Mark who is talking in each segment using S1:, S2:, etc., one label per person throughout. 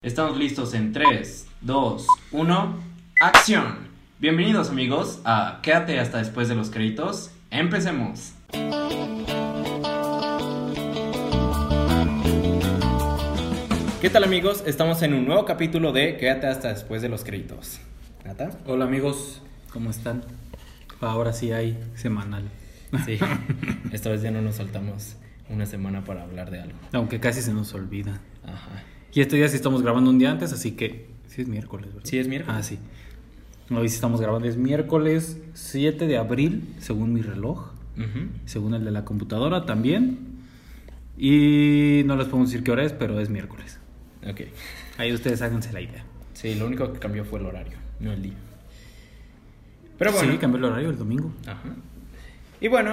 S1: Estamos listos en 3, 2, 1, acción. Bienvenidos amigos a Quédate hasta después de los créditos. Empecemos. ¿Qué tal amigos? Estamos en un nuevo capítulo de Quédate hasta después de los créditos. ¿Nata?
S2: Hola amigos, ¿cómo están? Ahora sí hay semanal.
S3: Sí, esta vez ya no nos saltamos una semana para hablar de algo.
S2: Aunque casi se nos olvida.
S3: Ajá.
S2: Y este día sí estamos grabando un día antes, así que sí es miércoles, ¿verdad?
S3: Sí, es miércoles.
S2: Ah, sí. Hoy sí estamos grabando, es miércoles 7 de abril, según mi reloj,
S3: Ujú.
S2: según el de la computadora también. Y no les puedo decir qué hora es, pero es miércoles.
S3: Ok.
S2: Ahí ustedes háganse la idea.
S3: Sí, lo único que cambió fue el horario, no el día. Pero bueno.
S2: Sí, cambió el horario el domingo.
S3: Ajá. Y bueno,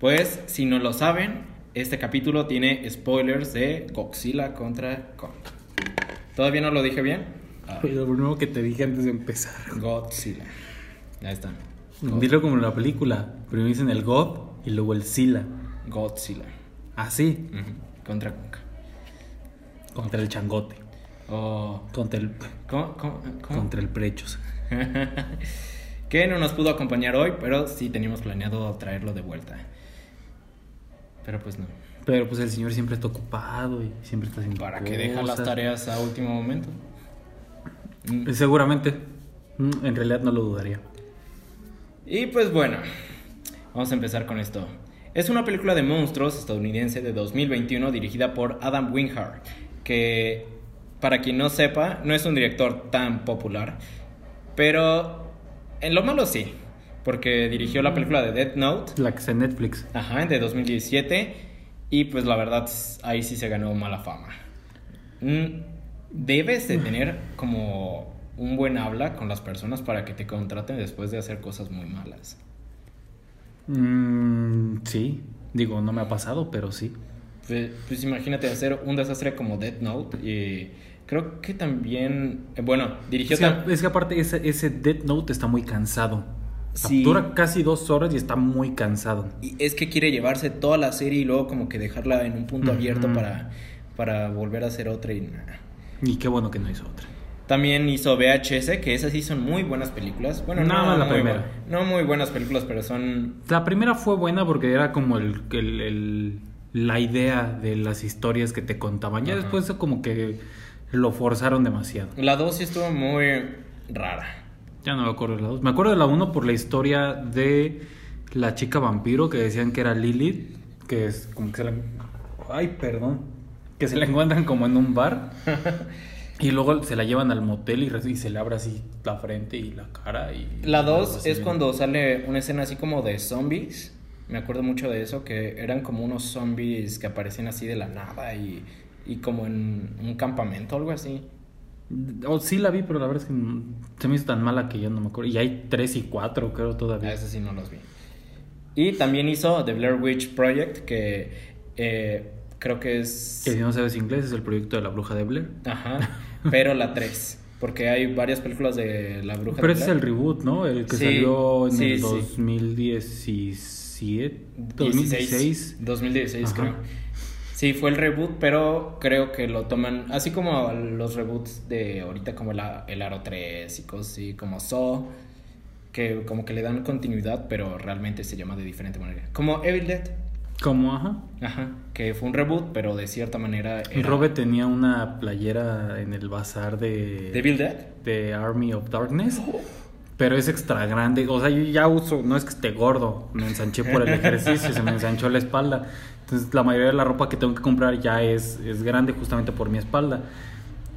S3: pues si no lo saben, este capítulo tiene spoilers de Godzilla contra Kong. ¿Todavía no lo dije bien? Ah,
S2: Lo primero que te dije antes de empezar.
S3: Godzilla. Ahí está. God-
S2: Dilo como en la película. Primero dicen el God y luego el Sila.
S3: Godzilla.
S2: Así.
S3: Ujú. Contra Kong.
S2: Contra el changote.
S3: Oh,
S2: Contra el,
S3: ¿cómo- cómo- cómo?
S2: contra el prechos.
S3: que no nos pudo acompañar hoy, pero sí teníamos planeado traerlo de vuelta. Pero pues no.
S2: Pero pues el señor siempre está ocupado y siempre está haciendo
S3: Para que deja las
S2: cosas.
S3: tareas a último momento. Mm,
S2: Seguramente. Mm, En realidad no lo dudaría.
S3: Y pues bueno, vamos a empezar con esto. Es una película de monstruos estadounidense de 2021 dirigida por Adam Wingard, que para quien no sepa, no es un director tan popular, pero en lo malo sí, porque dirigió la película de Death Note,
S2: La que está en Netflix.
S3: ajá, de 2017, y pues la verdad s- ahí sí se ganó mala fama. Mm, Debes de tener como un buen habla con las personas para que te contraten después de hacer cosas muy malas.
S2: Mm, sí. Digo, no me ha pasado, pero sí.
S3: Pues, pues imagínate hacer un desastre como Death Note y creo que también, eh, bueno, dirigió
S2: Es que,
S3: tam-
S2: es que aparte ese, ese Death Note está muy cansado.
S3: Sí.
S2: Dura casi dos horas y está muy cansado.
S3: y es que quiere llevarse toda la serie y luego como que dejarla en un punto
S2: Ujú.
S3: abierto para, para volver a hacer otra y nada.
S2: Y qué bueno que no hizo otra.
S3: También hizo VHS, que esas sí son muy buenas películas. Bueno,
S2: Nada
S3: no,
S2: más la
S3: muy
S2: primera.
S3: bu- no muy buenas películas, pero son...
S2: La primera fue buena porque era como el, el- el- la idea de las historias que te contaban. Ya
S3: Ajá.
S2: después como que lo forzaron demasiado.
S3: La dos sí estuvo muy rara.
S2: Ya no me acuerdo de la dos. Me acuerdo de la uno por la historia de la chica vampiro que decían que era Lilith, que es como que se la... Ay, perdón. Que se la encuentran como en un bar. Y luego se la llevan al motel y, re- y se le abre así la frente y la cara. Y
S3: La 2
S2: Así
S3: es
S2: bien.
S3: cuando sale una escena así como de zombies. Me acuerdo mucho de eso, que eran como unos zombies que aparecían así de la nada y, y como en un campamento, algo así.
S2: Oh, sí la vi, pero la verdad es que mm, se me hizo tan mala que ya no me acuerdo. Y hay tres y cuatro, creo,
S3: A
S2: todavía.
S3: veces sí no los vi. Y también hizo The Blair Witch Project, que eh, creo que es...
S2: Que si no sabes inglés, es el proyecto de la bruja de Blair.
S3: Ajá, pero la 3. Porque hay varias películas de la bruja.
S2: Pero
S3: de
S2: ese es
S3: Blair.
S2: el reboot, ¿no? El que
S3: Sí,
S2: salió en
S3: sí,
S2: el
S3: sí.
S2: 2017,
S3: 2016.
S2: 2016.
S3: 2016,
S2: Ajá.
S3: creo. Sí, fue el reboot, pero creo que lo toman así como los reboots de ahorita, como el, A- el Aro 3 y cosas así, como Saw, que como que le dan continuidad, pero realmente se llama de diferente manera. Como Evil Dead,
S2: Como, ajá.
S3: ajá, que fue un reboot, pero de cierta manera.
S2: Y
S3: Era
S2: Robert tenía una playera en el bazar de,
S3: ¿De Evil Dead?
S2: de Army of Darkness. Pero es extra grande. O sea, yo ya uso, no es que esté gordo. Me ensanché por el ejercicio, se me ensanchó la espalda. Entonces, la mayoría de la ropa que tengo que comprar ya es, es grande justamente por mi espalda.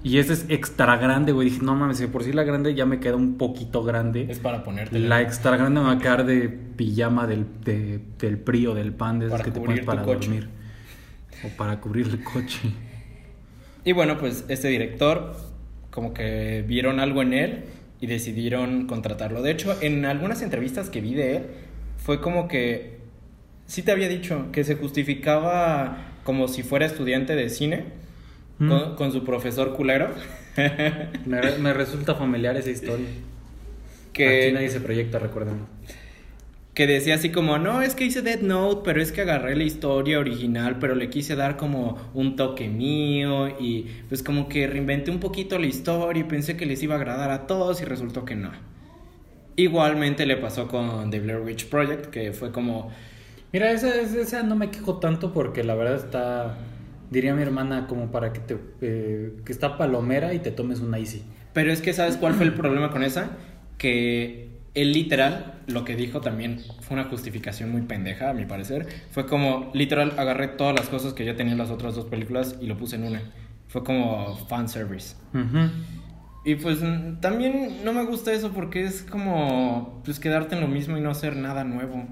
S2: Y ese es extra grande, güey. Dije, no mames, si de por sí la grande ya me queda un poquito grande.
S3: Es para ponerte.
S2: La extra grande me va a quedar de pijama del, de- del PRI o del pan, de esas
S3: Para
S2: que te
S3: cubrir
S2: pones
S3: tu
S2: para
S3: coche.
S2: dormir. O para cubrir el coche.
S3: Y bueno, pues este director, como que vieron algo en él y decidieron contratarlo. De hecho, en algunas entrevistas que vi de él, fue como que, sí te había dicho, que se justificaba como si fuera estudiante de cine
S2: Mm.
S3: con, con su profesor culero.
S2: Me, re- me resulta familiar esa historia. Aquí
S3: que,
S2: nadie se proyecta, recuérdenlo.
S3: que decía así como, no, es que hice Dead Note, pero es que agarré la historia original, pero le quise dar como un toque mío y pues como que reinventé un poquito la historia y pensé que les iba a agradar a todos y resultó que no. Igualmente le pasó con The Blair Witch Project, que fue como,
S2: Mira, esa, esa- esa no me quejo tanto porque la verdad está, diría mi hermana, como para que te, eh, que está palomera y te tomes una easy.
S3: Pero es que, ¿sabes cuál fue el problema con esa? Que él literal, lo que dijo también fue una justificación muy pendeja, a mi parecer. Fue como, literal, agarré todas las cosas que ya tenía en las otras dos películas y lo puse en una. Fue como fanservice. Y pues mm, también no me gusta eso porque es como, pues quedarte en lo mismo y no hacer nada nuevo.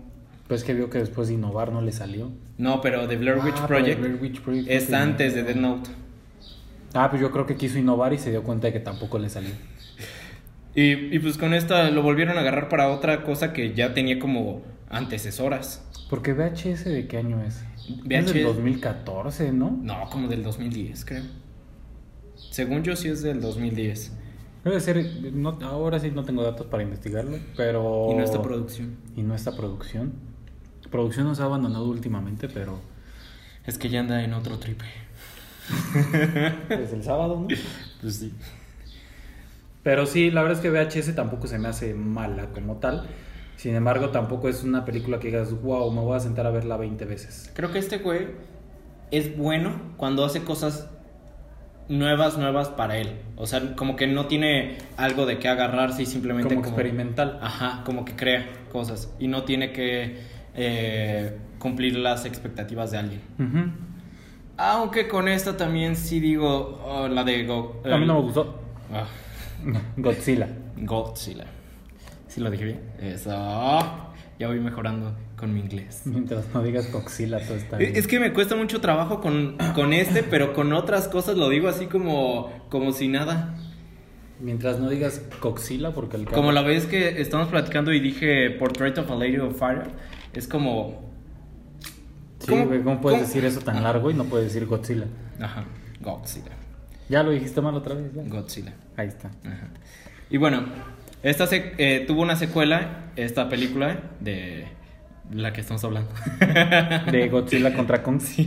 S2: Pues que vio que después de innovar no le salió.
S3: No, pero The Blair Witch
S2: Ah, pero
S3: Project
S2: Blair Witch Project
S3: es
S2: fue
S3: antes de
S2: primero.
S3: Dead Note.
S2: Ah, pues yo creo que quiso innovar y se dio cuenta de que tampoco le salió.
S3: Y, y pues con esta lo volvieron a agarrar para otra cosa que ya tenía como antecesoras.
S2: Porque VHS de qué año es? Es
S3: VHS.
S2: del 2014, ¿no?
S3: No, como del 2010, creo. Según yo sí es del 2010.
S2: Debe ser, no, ahora sí no tengo datos para investigarlo, pero...
S3: Y no esta producción.
S2: Y no esta producción. Producción nos ha abandonado últimamente, pero...
S3: Es que ya anda en otro tripe.
S2: Desde el sábado, ¿no?
S3: Pues sí.
S2: Pero sí, la verdad es que VHS tampoco se me hace mala como tal. Sin embargo, tampoco es una película que digas, wow, me voy a sentar a verla 20 veces.
S3: Creo que este güey es bueno cuando hace cosas nuevas, nuevas para él. O sea, como que no tiene algo de qué agarrarse y
S2: Como,
S3: simplemente
S2: experimental.
S3: Ajá, como que crea cosas y no tiene que eh, cumplir las expectativas de alguien.
S2: Ujú.
S3: Aunque con esta también sí digo oh, la de Go.
S2: A mí no me gustó.
S3: Ah.
S2: Godzilla.
S3: Godzilla. ¿Sí lo dije bien? Eso. Ya voy mejorando con mi inglés.
S2: Mientras no digas Coxila, todo está bien.
S3: Es que me cuesta mucho trabajo con, con este, pero con otras cosas lo digo así como, como si nada.
S2: Mientras no digas Coxila, porque el...
S3: Como la vez que estamos platicando y dije Portrait of a Lady of Fire, es como...
S2: Sí,
S3: ¿Cómo-
S2: güey, ¿cómo puedes
S3: cómo?
S2: decir eso tan largo y no puedes decir Godzilla?
S3: Ajá, Godzilla.
S2: Ya lo dijiste mal otra vez, ya.
S3: Godzilla.
S2: Ahí está.
S3: Ajá. Y bueno, esta se- eh, tuvo una secuela, esta película de la que estamos hablando.
S2: De Godzilla contra Kong. Sí.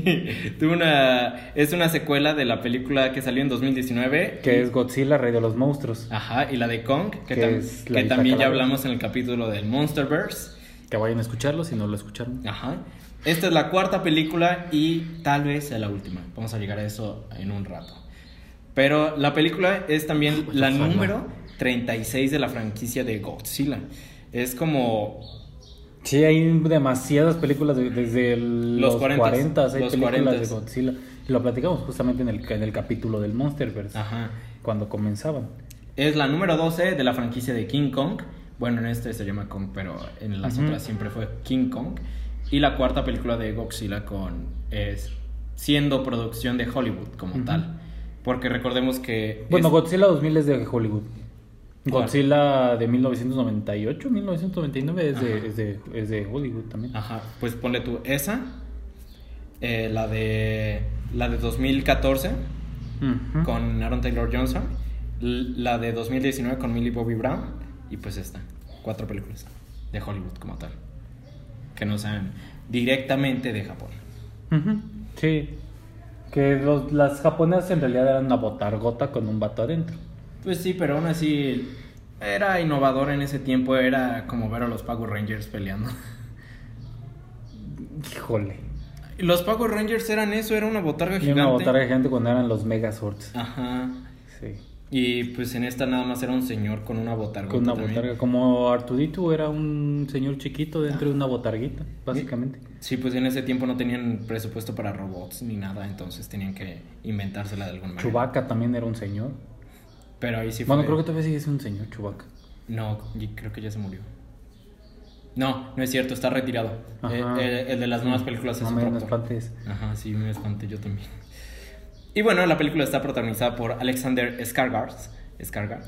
S3: Tuvo una, es una secuela de la película que salió en 2019.
S2: Que es Godzilla, rey de los monstruos.
S3: Ajá, y la de Kong, que,
S2: Que
S3: tam-
S2: es la
S3: que
S2: isla
S3: también ya
S2: calavera.
S3: hablamos en el capítulo del Monsterverse.
S2: Que vayan a escucharlo si no lo escucharon.
S3: Ajá. Esta es la cuarta película y tal vez sea la última. Vamos a llegar a eso en un rato. Pero la película es
S2: Ah,
S3: también la
S2: ojalá.
S3: número 36 de la franquicia de Godzilla. Es como
S2: Sí, hay demasiadas películas de- desde el-
S3: Los
S2: los,
S3: 40s,
S2: 40, hay
S3: los
S2: películas
S3: 40s.
S2: de Godzilla. Y Lo platicamos justamente en el, en el capítulo del Monsterverse,
S3: Ajá.
S2: cuando comenzaban.
S3: Ah. Es la número 12 de la franquicia de King Kong. Bueno, en este se llama Kong, pero en las
S2: Ujú.
S3: otras siempre fue King Kong. Y la cuarta película de Godzilla con es siendo producción de Hollywood como
S2: Ujú.
S3: tal. Porque recordemos que
S2: Bueno,
S3: es-
S2: Godzilla 2000 es de Hollywood.
S3: ¿Cuál?
S2: Godzilla de 1998, 1999 es
S3: Ajá.
S2: de, es de, es de Hollywood también.
S3: Ajá, pues ponle tú esa eh, la de la de 2014
S2: Ujú.
S3: con Aaron Taylor Johnson, l- la de 2019 con Millie Bobby Brown y pues esta, cuatro películas de Hollywood como tal, que no sean directamente de Japón.
S2: Ujú, Sí. Que los- las japonesas en realidad eran una botargota con un vato adentro.
S3: Pues sí, pero aún así era innovador en ese tiempo, era como ver a los Power Rangers peleando.
S2: Híjole.
S3: Los Power Rangers eran eso, era una botarga
S2: Y
S3: gigante.
S2: una botarga gigante cuando eran los Megazords.
S3: Ajá.
S2: Sí.
S3: Y pues en esta nada más era un señor con una botarga.
S2: Con una botarga, como Artudito era un señor chiquito dentro de una botarguita, básicamente.
S3: Sí, pues en ese tiempo no tenían presupuesto para robots ni nada, entonces tenían que inventársela de alguna manera.
S2: Chubaca también era un señor.
S3: Pero ahí sí fue.
S2: Bueno, creo que todavía sigue siendo un señor Chubaca.
S3: No, y creo que ya se murió. No, no es cierto, está retirado.
S2: Ajá.
S3: Eh, eh, el de las nuevas películas
S2: No
S3: es
S2: me
S3: otro
S2: no
S3: actor.
S2: espantes.
S3: Ajá, sí, me espanté yo también. Y bueno, la película está protagonizada por Alexander Skarsgård. Skarsgård.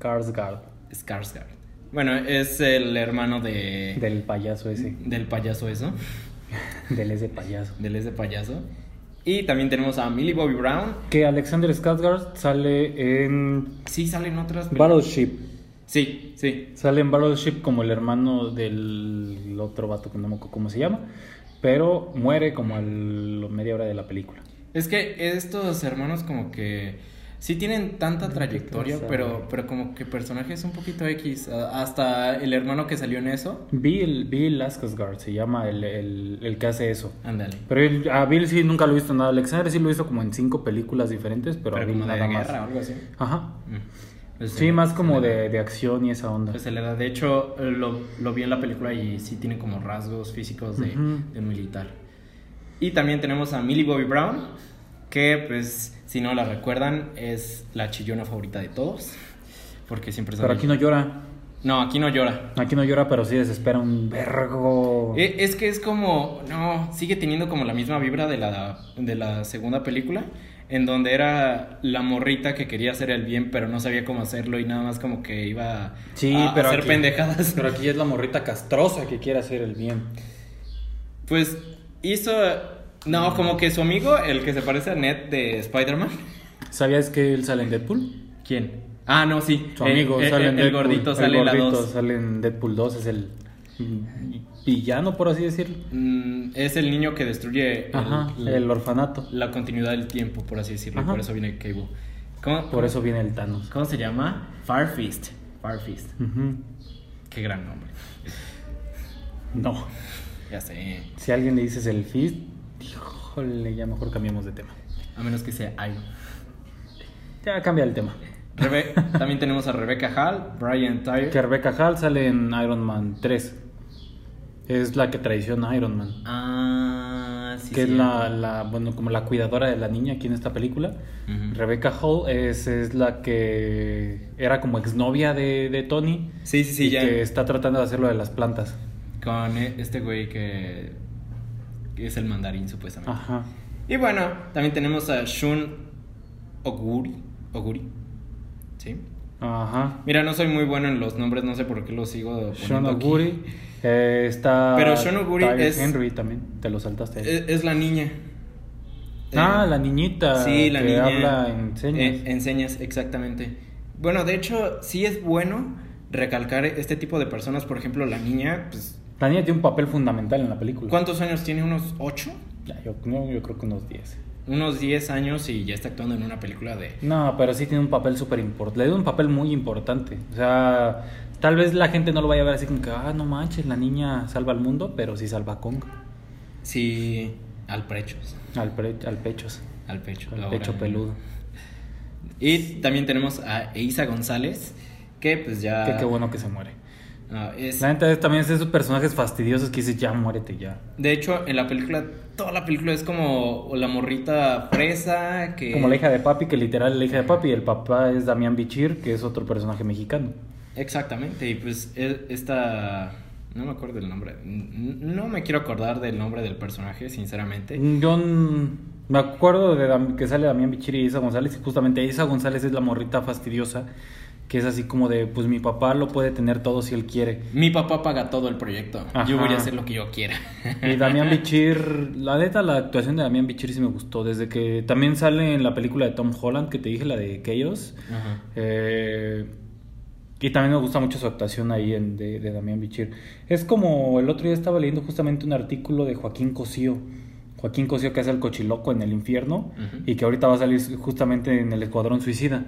S2: Skarsgård,
S3: Skarsgård. Bueno, es el hermano de...
S2: del payaso ese,
S3: del payaso eso.
S2: del ese payaso.
S3: del ese payaso. Y también tenemos a Millie Bobby Brown.
S2: Que Alexander Skarsgård sale en
S3: Sí, salen otras.
S2: Battleship.
S3: Sí, sí.
S2: Sale en Battleship como el hermano del otro vato que no me acuerdo cómo se llama, pero muere como a la media hora de la película.
S3: Es que estos hermanos como que sí tienen tanta trayectoria,
S2: sabe.
S3: pero, pero como que personajes un poquito X. a- Hasta el hermano que salió en eso.
S2: Bill, Bill Skarsgård se llama el, el- el que hace eso.
S3: Ándale.
S2: Pero él- a Bill sí nunca lo he visto en nada. Alexander sí lo he visto como en cinco películas diferentes, pero, a
S3: Pero
S2: Bill
S3: como de
S2: nada más.
S3: guerra o algo así.
S2: Ajá.
S3: Pues,
S2: Sí,
S3: eh,
S2: más como de, de acción y esa onda.
S3: Pues se le da. De hecho, lo, lo vi en la película y sí tiene como rasgos físicos de,
S2: Ujú.
S3: de un militar. Y también tenemos a Millie Bobby Brown, que pues si no la recuerdan es la chillona favorita de todos, porque siempre
S2: Pero
S3: sale-
S2: aquí no llora.
S3: No, aquí no llora.
S2: Aquí no llora, pero sí desespera un vergo.
S3: E- Es que es como, no, sigue teniendo como la misma vibra de la, de la segunda película, en donde era la morrita que quería hacer el bien, pero no sabía cómo hacerlo y nada más como que iba
S2: Sí,
S3: a, a
S2: pero
S3: hacer
S2: aquí-
S3: pendejadas.
S2: Pero aquí ya es la morrita castrosa que quiere hacer el bien.
S3: Pues hizo.
S2: Mm.
S3: No, como que su amigo, el que se parece a Ned de Spider-Man.
S2: ¿Sabías que él sale en Deadpool?
S3: ¿Quién? Ah, no, sí.
S2: Su
S3: el-
S2: amigo
S3: el,
S2: sale en
S3: eh, el
S2: Deadpool.
S3: gordito sale en la
S2: gordito
S3: 2.
S2: sale en Deadpool 2, es el villano, por así decirlo.
S3: Mm, es el niño que destruye el-
S2: Ajá, el,
S3: la-
S2: orfanato.
S3: la continuidad del tiempo, por así decirlo. y
S2: Ajá.
S3: Por eso viene Cable. ¿Cómo,
S2: Por eso viene el Thanos.
S3: ¿Cómo se llama? Farfist. Farfist.
S2: Ujú.
S3: Qué gran nombre.
S2: No.
S3: Ya sé.
S2: Si a alguien le dices el Fist, híjole, ya mejor cambiamos de tema.
S3: A menos que sea Iron.
S2: Ya cambia el tema.
S3: Rebe- También tenemos a Rebecca Hall, Brian Tyre.
S2: Que Rebecca Hall sale en Iron Man 3. Es la que traiciona a Iron Man.
S3: Ah, sí.
S2: que es
S3: sí.
S2: la, la- bueno, como la cuidadora de la niña aquí en esta película.
S3: Ujú.
S2: Rebecca Hall es, es la que era como exnovia de, de Tony.
S3: Sí, sí, sí,
S2: y
S3: ya.
S2: Que está tratando de hacer lo de las plantas.
S3: Con e- este güey que que es el mandarín, supuestamente.
S2: Ajá.
S3: Y bueno, también tenemos a Shun Oguri. Oguri. ¿Sí?
S2: Ajá.
S3: Mira, no soy muy bueno en los nombres, no sé por qué los sigo poniendo
S2: Sean
S3: aquí.
S2: Oguri. eh, está.
S3: Pero Sean Oguri
S2: Tyrese
S3: es-
S2: Henry también. Te lo saltaste.
S3: E- Es, la niña.
S2: ah,
S3: Eh,
S2: la niñita.
S3: Sí, la
S2: que
S3: niña.
S2: habla en señas.
S3: Eh, en señas, exactamente. Bueno, de hecho, sí es bueno recalcar este tipo de personas. Por ejemplo, la niña, pues,
S2: La niña tiene un papel fundamental en la película.
S3: ¿cuántos años tiene? ¿Unos ocho?
S2: Ya, yo, no, yo creo que unos 10.
S3: Unos 10 años y ya está actuando en una película de
S2: No, pero sí tiene un papel súper importante. Le dio un papel muy importante. O sea, tal vez la gente no lo vaya a ver así como que, ah, no manches, la niña salva al mundo, pero sí salva a Kong.
S3: Sí, al prechos.
S2: Al, pre- al pechos.
S3: Al pecho.
S2: Al
S3: ahora.
S2: pecho peludo.
S3: Y también tenemos a Eiza González, que pues ya...
S2: Que qué bueno que se muere.
S3: no, es-
S2: La gente también es de esos personajes fastidiosos que dices, ya muérete ya.
S3: De hecho, en la película, toda la película es como la morrita presa, que...
S2: Como la hija de papi, que literal es la hija de papi. El papá es Damián Bichir, que es otro personaje mexicano.
S3: Exactamente, y pues e- esta... No me acuerdo el nombre. N- No me quiero acordar del nombre del personaje, sinceramente.
S2: Yo mm, me acuerdo de Dam- que sale Damián Bichir y Isa González, y justamente Isa González es la morrita fastidiosa, que es así como de, pues mi papá lo puede tener todo si él quiere.
S3: Mi papá paga todo el proyecto. Yo
S2: Ajá.
S3: voy a hacer lo que yo quiera.
S2: Y Damián Bichir, la neta, la actuación de Damián Bichir sí me gustó, desde que también sale en la película de Tom Holland, que te dije, la de Chaos.
S3: Ajá.
S2: Eh, y también me gusta mucho su actuación ahí en, de, de Damián Bichir. Es como el otro día estaba leyendo justamente un artículo de Joaquín Cosío. Joaquín Cosío que hace el cochiloco en el infierno
S3: Ujú.
S2: y que ahorita va a salir justamente en el Escuadrón Suicida.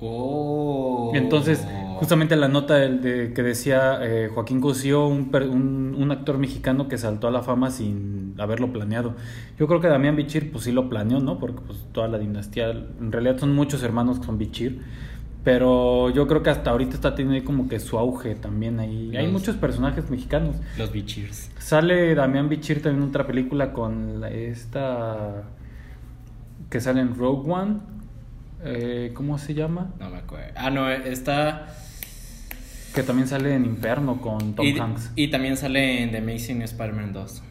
S3: Oh.
S2: Entonces, justamente la nota del- de- que decía eh, Joaquín Cosío, un, per- un- un actor mexicano que saltó a la fama sin haberlo planeado. Yo creo que Damián Bichir, pues sí lo planeó, ¿no? Porque pues toda la dinastía, en realidad son muchos hermanos que son Bichir. Pero yo creo que hasta ahorita está teniendo ahí como que su auge también ahí. Hay
S3: Los-
S2: muchos personajes mexicanos.
S3: Los Bichirs.
S2: Sale Damián Bichir también en otra película con la- esta que sale en Rogue One. Eh, ¿Cómo se llama?
S3: No me acuerdo. Ah, no, está.
S2: Que también sale en Inferno con Tom
S3: y,
S2: Hanks.
S3: y también sale en The Amazing Spider-Man 2.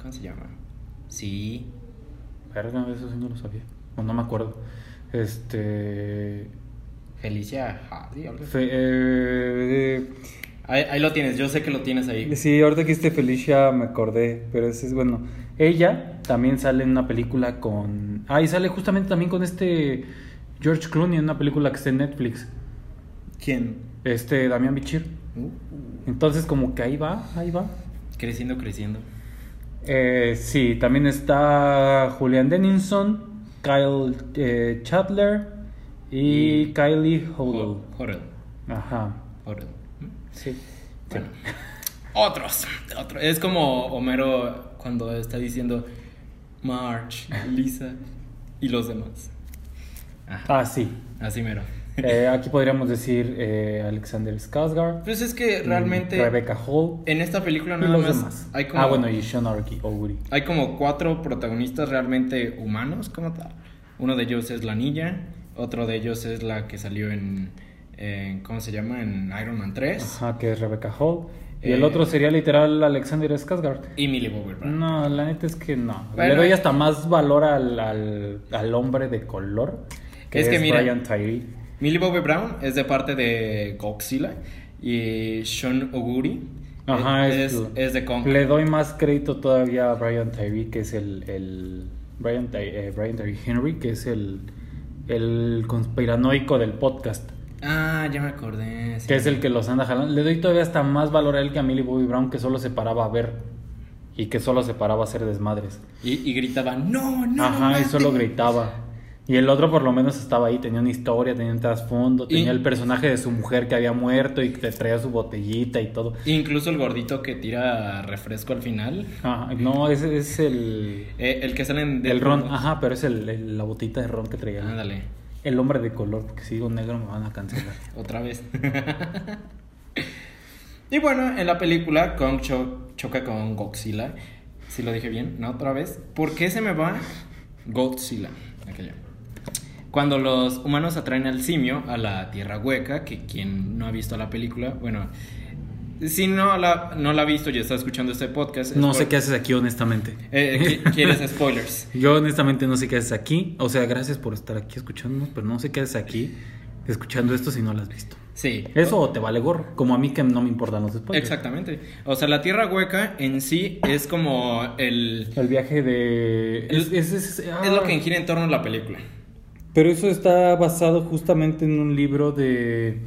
S3: ¿Cómo se llama? Sí.
S2: Verga, eso sí no lo sabía. O no me acuerdo. Este.
S3: Felicia Hardy. algo así.
S2: fe- eh,
S3: Ahí, ahí lo tienes, yo sé que lo tienes ahí.
S2: eh, sí, ahorita que esté Felicia me acordé. Pero ese es bueno. Ella también sale en una película con. Ah, y sale justamente también con este George Clooney en una película que está en Netflix.
S3: ¿Quién?
S2: Este, Damián Bichir.
S3: Uh,
S2: Entonces, como que ahí va, ahí va.
S3: creciendo, creciendo.
S2: Eh, sí, también está Julian Dennison, Kyle eh, Chandler y,
S3: Y-
S2: Kylie Hodel.
S3: Horror.
S2: Ajá.
S3: Horror.
S2: Sí.
S3: Bueno. Otros. Otro. Es como Homero cuando está diciendo March, Lisa y los demás. Ajá.
S2: Ah, sí.
S3: Así mero.
S2: Eh, aquí podríamos decir eh, Alexander Skarsgård.
S3: Pues es que
S2: mm,
S3: realmente
S2: Rebecca Hall.
S3: en esta película
S2: y
S3: nada
S2: los
S3: más
S2: demás.
S3: hay como
S2: Ah, bueno, y Sean Argy, Oguri.
S3: hay como cuatro protagonistas realmente humanos como tal. Uno de ellos es la niña, otro de ellos es la que salió en, en- ¿cómo se llama? En Iron Man 3
S2: Ajá, que es Rebecca Hall. Y el
S3: Eh,
S2: otro sería literal Alexander Skarsgård.
S3: y Millie Bobby Brown.
S2: No, la neta es que no.
S3: Bueno,
S2: Le doy
S3: es-
S2: hasta más valor al, al, al hombre de color. Que
S3: Es
S2: es,
S3: que mira-
S2: Brian Tyree.
S3: Millie Bobby Brown es de parte de Godzilla y Sean Oguri
S2: Ajá,
S3: es,
S2: es-
S3: es de Kong.
S2: Le doy más crédito todavía a Brian Tyree, que es el. el Brian, Ty- eh, Brian Tyree Henry, que es el, el conspiranoico del podcast.
S3: Ah, ya me acordé. sí.
S2: Que es el que los anda jalando. Le doy todavía hasta más valor a él que a Millie Bobby Brown, que solo se paraba a ver. Y que solo se paraba a hacer desmadres.
S3: y, y gritaba, no, no.
S2: Ajá, y
S3: maten".
S2: solo gritaba. Y el otro por lo menos estaba ahí, tenía una historia, tenía un trasfondo, tenía
S3: Y-
S2: el personaje de su mujer que había muerto y que traía su botellita y todo.
S3: Incluso el gordito que tira refresco al final.
S2: Ajá, no, ese es el...
S3: Eh, el que salen de
S2: El ron, ajá, pero es el, el- la botita de ron que traía. el-
S3: Ah. Ándale,
S2: El hombre de color, porque si digo negro me van a cancelar.
S3: otra vez. y bueno, en la película Kong cho- choca con Godzilla. Si lo dije bien, no otra vez. ¿Por qué se me va Godzilla? Aquello. Cuando los humanos atraen al simio a la Tierra Hueca, que quien no ha visto la película, bueno, si no la, no la ha visto y está escuchando este podcast, es
S2: No
S3: por-
S2: sé qué haces aquí, honestamente.
S3: Eh, qui- ¿Quieres spoilers?
S2: Yo honestamente no sé qué haces aquí. O sea, gracias por estar aquí escuchándonos, pero no sé qué haces aquí escuchando esto si no lo has visto.
S3: Sí.
S2: Eso o te vale gorro, como a mí que no me importan los spoilers.
S3: Exactamente. O sea, la Tierra Hueca en sí es como el...
S2: El viaje de...
S3: Es- Es lo que gira en torno a la película.
S2: ah. Pero eso está basado justamente en un libro de,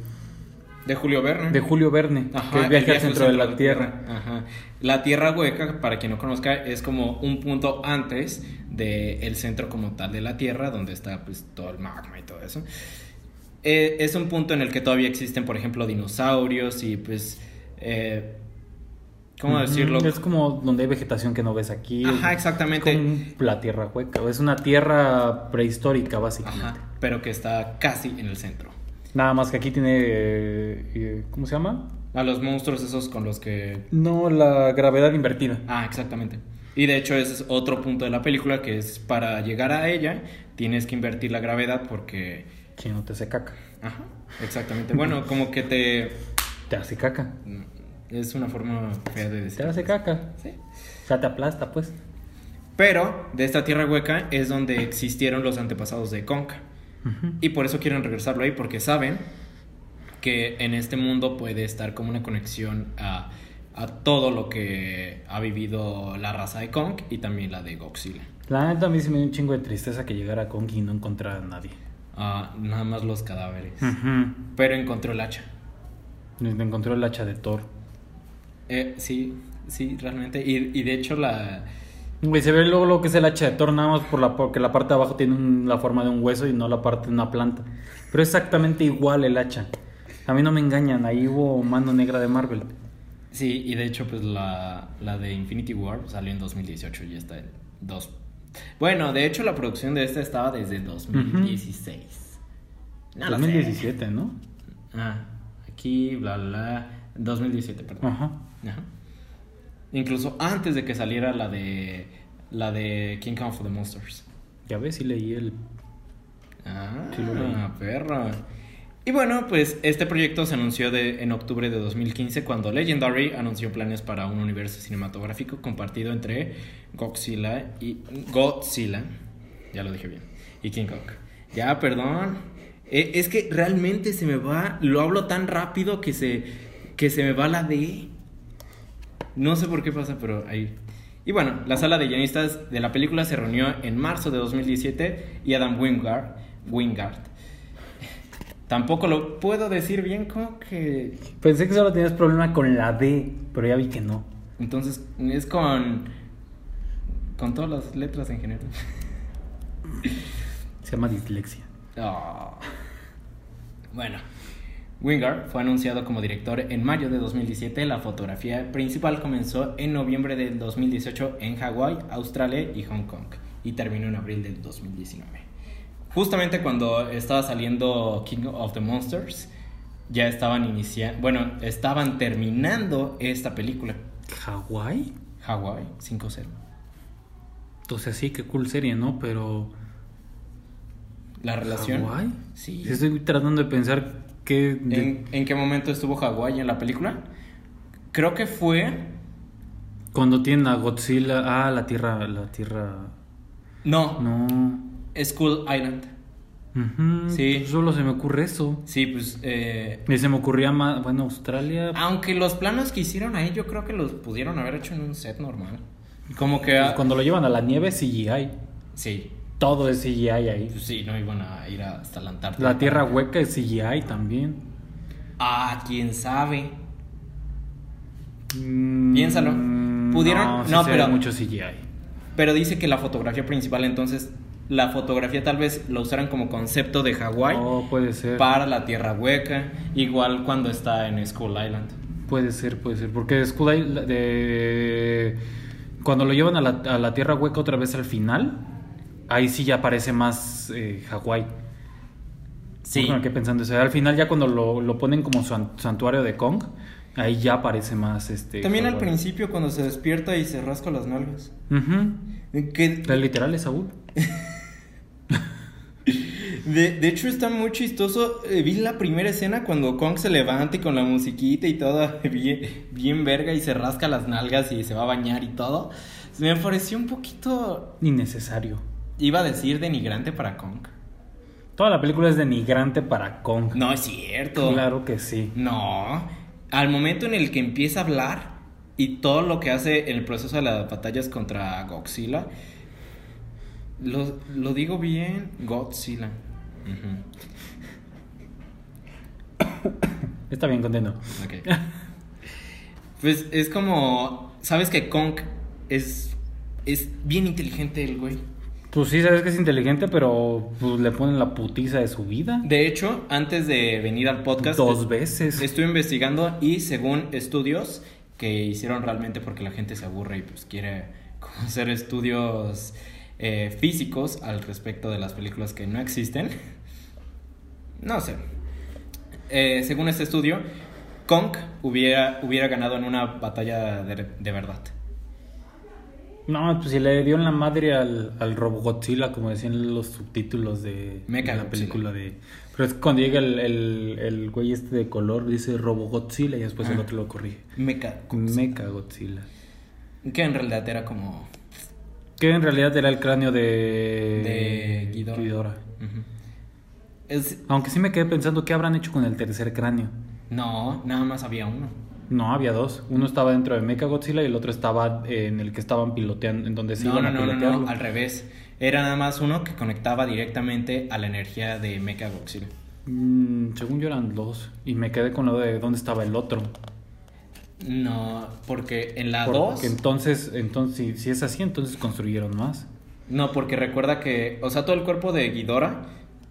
S3: De Julio Verne.
S2: de Julio Verne,
S3: Ajá,
S2: que es
S3: el
S2: Viaje al Centro de la Tierra.
S3: Ajá. La Tierra Hueca, para quien no conozca, es como un punto antes del centro como tal de la Tierra, donde está pues todo el magma y todo eso. Eh, es un punto en el que todavía existen, por ejemplo, dinosaurios y pues... eh, ¿Cómo
S2: Ujú,
S3: decirlo?
S2: Es como donde hay vegetación que no ves aquí.
S3: Ajá, exactamente.
S2: Es como la tierra hueca. Es una tierra prehistórica, básicamente.
S3: Ajá, pero que está casi en el centro.
S2: Nada más que aquí tiene. eh, eh, ¿Cómo se llama?
S3: A los monstruos esos con los que...
S2: No, la gravedad invertida.
S3: Ah, exactamente. Y de hecho ese es otro punto de la película que es para llegar a ella tienes que invertir la gravedad porque...
S2: Que no te hace caca.
S3: Ajá, exactamente. Bueno, como que te...
S2: Te hace caca.
S3: Es una forma fea de
S2: Te
S3: decir.
S2: hace caca.
S3: Sí.
S2: O sea, te aplasta, pues.
S3: Pero de esta tierra hueca es donde existieron los antepasados de Conca.
S2: Ujú.
S3: Y por eso quieren regresarlo ahí, porque saben que en este mundo puede estar como una conexión a, a todo lo que ha vivido la raza de Kong y también la de Godzilla.
S2: La neta a mí sí me dio un chingo de tristeza que llegara Kong y no encontrara a nadie.
S3: Ah, nada más los cadáveres.
S2: Ujú.
S3: Pero encontró el hacha.
S2: Donde Encontró el hacha de Thor.
S3: Eh, sí, sí, realmente. Y, y de hecho la...
S2: Güey, se ve luego lo que es el hacha de Thor, nada más por la, porque la parte de abajo tiene un- la forma de un hueso y no la parte de una planta. Pero es exactamente igual el hacha. A mí no me engañan, ahí hubo mano negra de Marvel.
S3: Sí, y de hecho pues la, la de Infinity War salió en 2018 y está en dos... Bueno, de hecho la producción de esta estaba desde 2016. No lo sé.
S2: 2017, ¿no?
S3: Ah, aquí, bla, bla, bla. 2017, perdón.
S2: Ajá.
S3: Ajá. Incluso antes de que saliera la de. La de King Kong for the Monsters.
S2: Ya ves, sí leí el...
S3: Ah,
S2: Sí, lo leí.
S3: perro. Y bueno, pues este proyecto se anunció de- en octubre de 2015 cuando Legendary anunció planes para un universo cinematográfico compartido entre Godzilla y Godzilla, ya lo dije bien, y King Kong. Ya, perdón. Eh, es que realmente se me va, lo hablo tan rápido que se que se me va la D. No sé por qué pasa, pero ahí. Y bueno, la sala de guionistas de la película se reunió en marzo de 2017 y Adam Wingard, Wingard Tampoco lo puedo decir bien, como que.
S2: Pensé que solo tenías problema con la D, pero ya vi que no.
S3: Entonces, es con. con todas las letras en general.
S2: Se llama dislexia.
S3: Ah. Bueno, Wingard fue anunciado como director en mayo de 2017. La fotografía principal comenzó en noviembre del 2018 en Hawái, Australia y Hong Kong y terminó en abril del 2019. Justamente cuando estaba saliendo King of the Monsters, ya estaban iniciando, bueno, estaban terminando esta película.
S2: ¿Hawái?
S3: Hawái 5-0.
S2: Entonces sí, qué cool serie, ¿no? Pero...
S3: La relación.
S2: ¿Hawái?
S3: Sí. Eh.
S2: Estoy tratando de pensar qué... de-
S3: ¿En, en qué momento estuvo Hawái en la película? Creo que fue.
S2: Cuando tienen a Godzilla... Ah, la tierra... La tierra...
S3: No,
S2: No.
S3: School Island.
S2: Ujú,
S3: Sí.
S2: pues Solo se me ocurre eso.
S3: Sí, pues. eh,
S2: Y se me ocurría más... Bueno, Australia...
S3: aunque los planos que hicieron ahí, yo creo que los pudieron haber hecho en un set normal. Como que.
S2: pues, cuando lo llevan a la nieve, CGI.
S3: Sí,
S2: Todo es CGI ahí.
S3: pues sí, no iban a ir hasta la Antártida.
S2: La tierra hueca es CGI también.
S3: Ah, quién sabe.
S2: Mm,
S3: Piénsalo. Pudieron-
S2: No, sí
S3: no,
S2: se
S3: pero-
S2: ve mucho CGI.
S3: Pero dice que la fotografía principal, entonces. La fotografía tal vez la usaran como concepto de Hawái
S2: Oh, puede ser.
S3: para la tierra hueca. Igual cuando está en School Island.
S2: Puede ser, puede ser. Porque Skull Island, de- cuando lo llevan a la, a la Tierra Hueca otra vez al final, ahí sí ya aparece más eh, Hawái.
S3: Sí.
S2: No me quedé pensando eso. Al final ya cuando lo, lo ponen como san- santuario de Kong, ahí ya aparece más este.
S3: También al
S2: Hawái.
S3: principio cuando se despierta y se rasca las nalgas.
S2: Ujú.
S3: Que
S2: La literal es Saúl.
S3: de, de hecho está muy chistoso. Eh, Vi la primera escena cuando Kong se levanta y con la musiquita y todo bien, bien verga y se rasca las nalgas y se va a bañar y todo. Me pareció un poquito,
S2: Innecesario.
S3: iba a decir, denigrante para Kong.
S2: Toda la película es denigrante para Kong.
S3: No es cierto.
S2: Claro que sí.
S3: No. Al momento en el que empieza a hablar y todo lo que hace en el proceso de las batallas contra Godzilla, lo, lo digo bien, Godzilla. Ujú.
S2: Está bien contento.
S3: Ok. pues es como, sabes que Kong es, es bien inteligente el güey.
S2: Pues sí, sabes que es inteligente, pero pues, le ponen la putiza de su vida.
S3: De hecho, antes de venir al podcast,
S2: Dos veces.
S3: Estuve investigando y según estudios que hicieron realmente porque la gente se aburre y pues quiere como hacer estudios eh, físicos al respecto de las películas que no existen. No sé. Eh, según este estudio, Kong hubiera, hubiera ganado en una batalla de, de verdad.
S2: No, pues si le dio en la madre al, al Robogodzilla, como decían los subtítulos de,
S3: Mecha
S2: de la
S3: Godzilla.
S2: película de... Pero es que cuando llega el, el, el güey este de color, dice Robogodzilla y después el
S3: Ah.
S2: otro lo corrige.
S3: Mecha.
S2: Mecha Godzilla.
S3: Que en realidad era como...
S2: Que en realidad era el cráneo de...
S3: De Ghidorah. Ujú. Es-
S2: Aunque sí me quedé pensando, ¿qué habrán hecho con el tercer cráneo?
S3: no, nada más había uno.
S2: No, había dos. Uno estaba dentro de Mecha Godzilla y el otro estaba eh, en el que estaban piloteando, en donde se
S3: No,
S2: iban
S3: no,
S2: a
S3: no, no, no,
S2: pilotearlo.
S3: al revés. Era nada más uno que conectaba directamente a la energía de Mecha Godzilla.
S2: Mm, según yo eran dos. Y me quedé con lo de dónde estaba el otro.
S3: No, porque en la
S2: Porque
S3: 2.
S2: entonces, entonces si, si es así, entonces construyeron más.
S3: No, porque recuerda que. O sea, todo el cuerpo de Ghidorah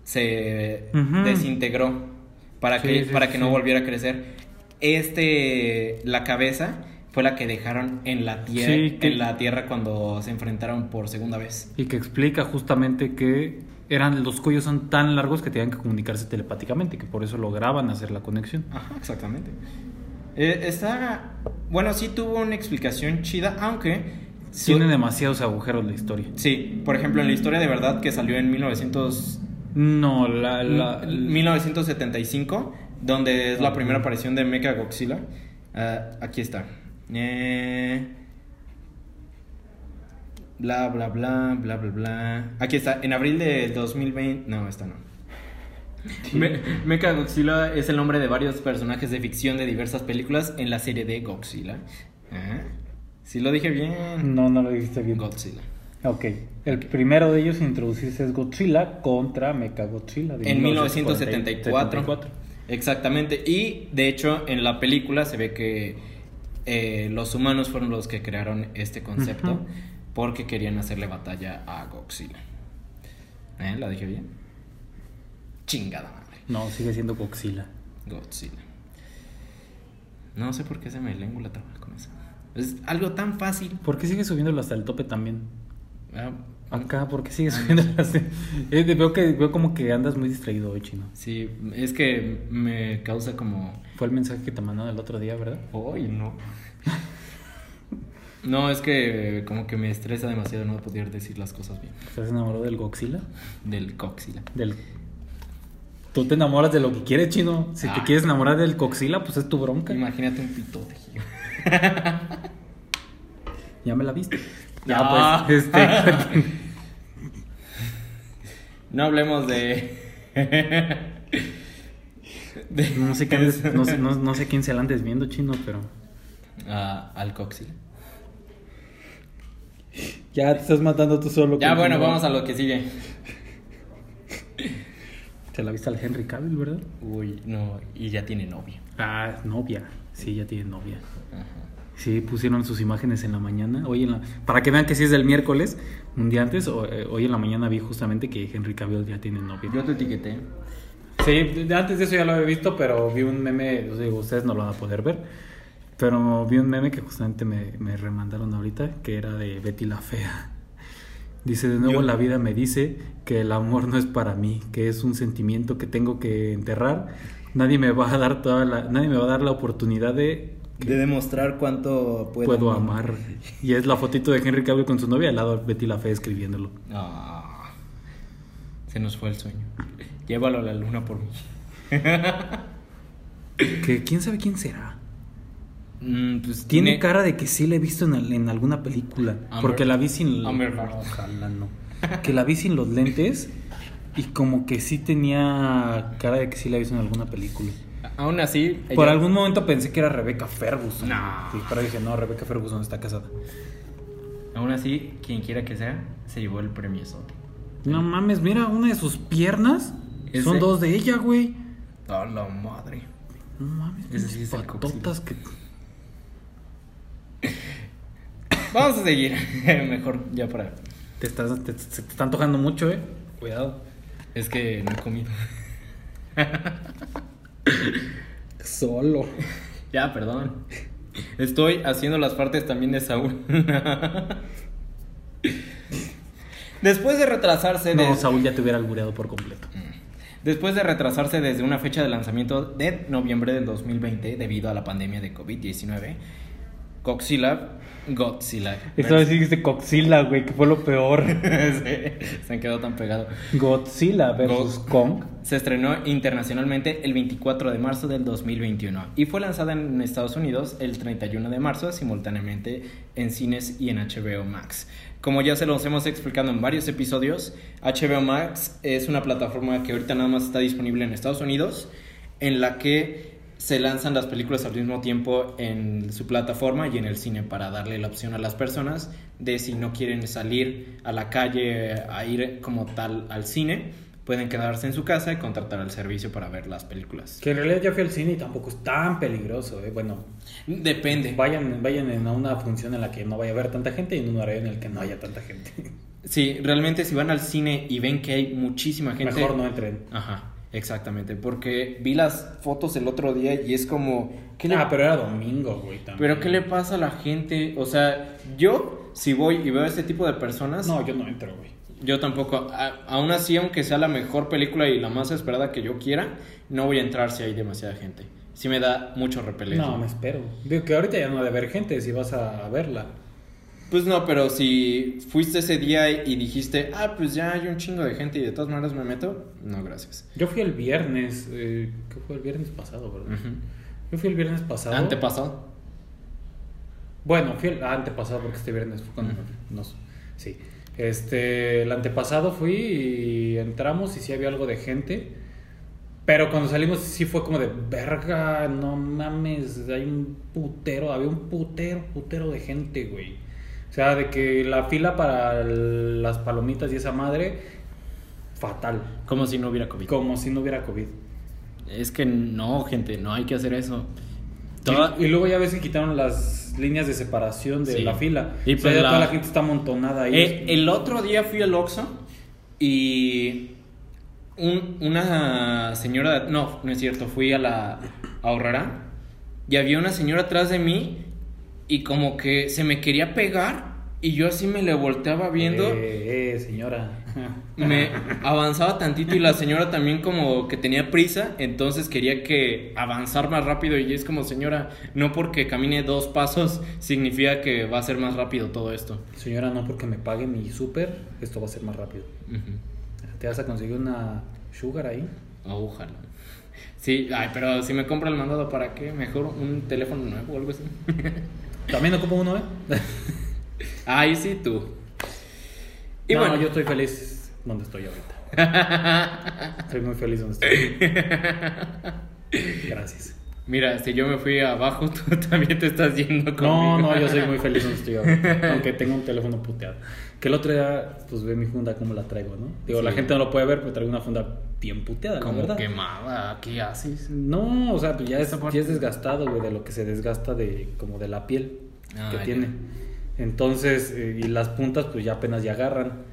S3: se
S2: Ujú.
S3: desintegró para
S2: Sí,
S3: que,
S2: sí,
S3: para
S2: sí,
S3: que no
S2: sí.
S3: volviera a crecer. Este. La cabeza fue la que dejaron en la tierra.
S2: Sí, que-
S3: En la tierra cuando se enfrentaron por segunda vez.
S2: Y que explica justamente que eran los cuellos son tan largos que tenían que comunicarse telepáticamente, que por eso lograban hacer la conexión.
S3: Ajá, exactamente. Eh, está. Bueno, sí tuvo una explicación chida, aunque. su-
S2: Tiene demasiados agujeros la historia.
S3: Sí, por ejemplo, en la historia de verdad que salió en 1900,
S2: No, la, la-
S3: 1975, donde es la primera aparición de Mecha Godzilla. ah, aquí está. Eh, bla, bla, bla, bla, bla, bla. Aquí está, en abril de 2020. No, esta no. Me- Mecha Godzilla es el nombre de varios personajes de ficción de diversas películas en la serie de Godzilla. Ah, ¿Eh? Sí, lo dije bien.
S2: no, no lo dijiste bien.
S3: Godzilla.
S2: Ok. El primero de ellos a introducirse es Godzilla contra Mechagodzilla. de
S3: En 1974. Exactamente. Y de hecho, en la película se ve que eh, los humanos fueron los que crearon este concepto
S2: Ujú.
S3: porque querían hacerle batalla a Godzilla. ¿Eh? ¿La dije bien? Chingada madre.
S2: No, sigue siendo Godzilla.
S3: Godzilla. No sé por qué se me lengua la traba con eso. Es algo tan fácil.
S2: ¿Por qué sigue subiéndolo hasta el tope también?
S3: Ah,
S2: Acá, ¿por qué sigue subiendo las... Eh, te- veo, que, veo como que andas muy distraído hoy, chino.
S3: Sí, es que me causa como...
S2: Fue el mensaje que te mandaron el otro día, ¿verdad?
S3: Hoy no. No, es que eh, como que me estresa demasiado no poder decir las cosas bien.
S2: ¿Estás enamorado del Godzilla?
S3: Del coxila.
S2: Del... Tú te enamoras de lo que quieres, chino. Si te
S3: Ah.
S2: quieres enamorar del Godzilla, pues es tu bronca.
S3: Imagínate un pitote. Gio.
S2: Ya me la viste. Ya,
S3: Ah.
S2: pues, este...
S3: No hablemos de... de-
S2: no, sé qué andes- no, sé- no- no sé quién se la andes viendo, chino, pero...
S3: Ah, al coxila.
S2: Ya te estás matando tú solo.
S3: Ya bueno, vamos a lo que sigue.
S2: Te la viste al Henry Cavill, ¿verdad?
S3: Uy, no, y ya tiene novia.
S2: Ah, novia. Sí, ya tiene novia.
S3: Ajá.
S2: Sí, pusieron sus imágenes en la mañana. Hoy en la, para que vean que sí es del miércoles, un día antes, o, eh, hoy en la mañana vi justamente que Henry Cavill ya tiene novia.
S3: Yo te etiqueté.
S2: Sí, de- antes de eso ya lo había visto, pero vi un meme, o sea, ustedes no lo van a poder ver, pero vi un meme que justamente me, me remandaron ahorita, que era de Betty la Fea. Dice, de nuevo
S3: Yo-
S2: la vida me dice que el amor no es para mí, que es un sentimiento que tengo que enterrar. Nadie me va a dar toda la, nadie me va a dar la oportunidad de
S3: De demostrar cuánto puedo,
S2: puedo amar. Y es la fotito de Henry Cavill con su novia al lado de Betty la Fea escribiéndolo.
S3: Ah, se nos fue el sueño. Llévalo a la luna por mí.
S2: Que quién sabe quién será.
S3: Mm, pues
S2: Tiene
S3: ne-
S2: cara de que sí la he visto en, al- en alguna película.
S3: Amber-
S2: porque la vi sin.
S3: Amber Heard.
S2: No, ojalá no. Que la vi sin los lentes. Y como que sí tenía cara de que sí la he visto en alguna película.
S3: Aún así. ella-
S2: Por algún momento pensé que era Rebecca Ferguson.
S3: No.
S2: Sí, pero dije, no, Rebecca Ferguson está casada.
S3: Aún así, quien quiera que sea, se llevó el premio Sote.
S2: No mames, mira, una de sus piernas.
S3: Ese-
S2: Son dos de ella, güey.
S3: A la madre.
S2: No mames,
S3: Ese sí
S2: pinches
S3: es el
S2: patotas que.
S3: Vamos a seguir. Mejor ya para.
S2: Te, estás, te, se te está antojando mucho, eh. Cuidado.
S3: Es que no he comido.
S2: Solo.
S3: ya, perdón. Estoy haciendo las partes también de Saúl. Después de retrasarse de...
S2: No, Saúl ya te hubiera albureado por completo.
S3: Después de retrasarse desde una fecha de lanzamiento de noviembre del 2020 debido a la pandemia de COVID-19, Godzilla, Godzilla,
S2: Esta vez sí dijiste Godzilla, güey, que fue lo peor.
S3: se, se han quedado tan pegados.
S2: Godzilla versus
S3: Go-
S2: Kong.
S3: Se estrenó internacionalmente el 24 de marzo del 2021 y fue lanzada en Estados Unidos el 31 de marzo simultáneamente en cines y en HBO Max. Como ya se los hemos explicado en varios episodios, HBO Max es una plataforma que ahorita nada más está disponible en Estados Unidos, en la que se lanzan las películas al mismo tiempo en su plataforma y en el cine para darle la opción a las personas de si no quieren salir a la calle a ir como tal al cine, pueden quedarse en su casa y contratar el servicio para ver las películas.
S2: Que en realidad ya fui al cine y tampoco es tan peligroso, eh. Bueno,
S3: Depende.
S2: vayan, vayan en una función en la que no vaya a haber tanta gente y en un horario en el que no haya tanta gente.
S3: Sí, realmente si van al cine y ven que hay muchísima gente...
S2: Mejor no entren.
S3: Ajá, exactamente, porque vi las fotos el otro día y es como... ¿qué le-
S2: Ah, pero era domingo, güey, también.
S3: Pero ¿qué le pasa a la gente? O sea, yo si voy y veo a este tipo de personas,
S2: No, yo no entro, güey.
S3: yo tampoco, A- aún así, aunque sea la mejor película y la más esperada que yo quiera, no voy a entrar si hay demasiada gente. Sí me da mucho repelente.
S2: No, me espero. Digo que ahorita ya no ha de haber gente si vas a verla.
S3: Pues no, pero si fuiste ese día y dijiste, ah, pues ya hay un chingo de gente y de todas maneras me meto, no, gracias.
S2: Yo fui el viernes, eh, ¿qué fue el viernes pasado, verdad?
S3: Ujú.
S2: Yo fui el viernes pasado.
S3: Antepasado.
S2: Bueno, fui el antepasado porque este viernes fue cuando nos... Sí. Este, el antepasado fui y entramos y sí había algo de gente. Pero cuando salimos sí fue como de verga, no mames, hay un putero, había un putero, putero de gente, güey.
S4: O sea, de que la fila para el- las palomitas y esa madre, fatal.
S3: Como si no hubiera COVID.
S4: Como si no hubiera COVID.
S3: Es que no, gente, no hay que hacer eso.
S4: Y-
S3: Toda-
S4: Y, luego ya ves que quitaron las líneas de separación de
S3: Sí.
S4: la fila.
S3: Y
S4: o sea,
S3: pues
S4: ya
S3: la-
S4: toda la gente está amontonada ahí.
S3: Eh, el otro día fui al Oxxo y un- una señora, no, no es cierto, fui a la a Aurrera y había una señora atrás de mí y como que se me quería pegar y yo así me le volteaba viendo,
S4: Eh, eh, señora.
S3: me avanzaba tantito y la señora también como que tenía prisa, entonces quería que avanzar más rápido y es como señora, no porque camine dos pasos significa que va a ser más rápido todo esto.
S4: Señora, no porque me pague mi súper, esto va a ser más rápido.
S3: Ujú.
S4: ¿Te vas a conseguir una sugar ahí?
S3: Ojalá. Sí, ay, pero si me compro el mandado, ¿para qué? Mejor un teléfono nuevo o algo así.
S4: También ocupo uno, ¿eh?
S3: ay, sí, tú. Y
S4: no,
S3: bueno,
S4: yo estoy feliz donde estoy ahorita. estoy muy feliz donde estoy. Gracias.
S3: mira, si yo me fui abajo, tú también te estás yendo conmigo.
S4: No, no, yo soy muy feliz donde estoy ahorita, aunque tengo un teléfono puteado. Que el otro día, pues ve mi funda cómo la traigo, ¿no? Digo, la
S3: Sí.
S4: gente no lo puede ver, pero traigo una funda bien puteada, la
S3: Como
S4: verdad.
S3: quemada, ¿qué haces?
S4: No, o sea, pues ya es,
S3: Esta parte.
S4: ya es desgastado, güey, de lo que se desgasta de como de la piel
S3: Ah,
S4: que
S3: ya.
S4: tiene. Entonces, eh, y las puntas pues ya apenas ya agarran.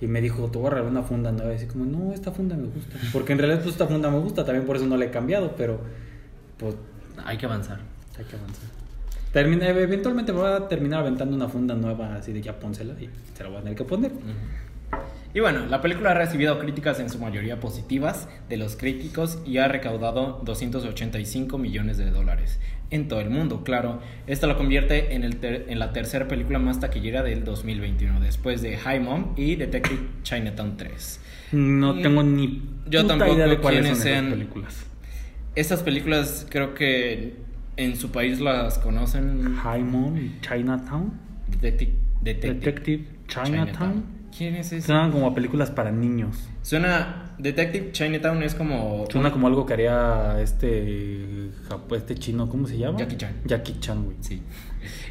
S4: Y me dijo, te voy a regalar una funda nueva. Y así como, no, esta funda me gusta. Porque en realidad pues esta funda me gusta, también por eso no la he cambiado, pero pues
S3: Hay que avanzar.
S4: hay que avanzar. Termina- eh, eventualmente me voy a terminar aventando una funda nueva así de ya pónsela y te la voy a tener que poner.
S3: Y bueno, la película ha recibido críticas en su mayoría positivas de los críticos y ha recaudado 285 millones de dólares en todo el mundo, claro. Esto la convierte en, el ter- en la tercera película más taquillera del 2021, después de High Mom y Detective Chinatown 3.
S4: No
S3: Mm,
S4: tengo ni
S3: yo tampoco quiénes
S4: esas
S3: sean.
S4: películas.
S3: Estas películas creo que en su país las conocen
S4: High Mom y Chinatown.
S3: Detective, Detective
S4: Detective Chinatown.
S3: ¿Quién es ese?
S4: Suenan como a películas para niños.
S3: Suena Detective Chinatown es como
S4: Suena como algo que haría este japo- este chino, ¿cómo se llama?
S3: Jackie Chan.
S4: Jackie Chan, güey.
S3: Sí.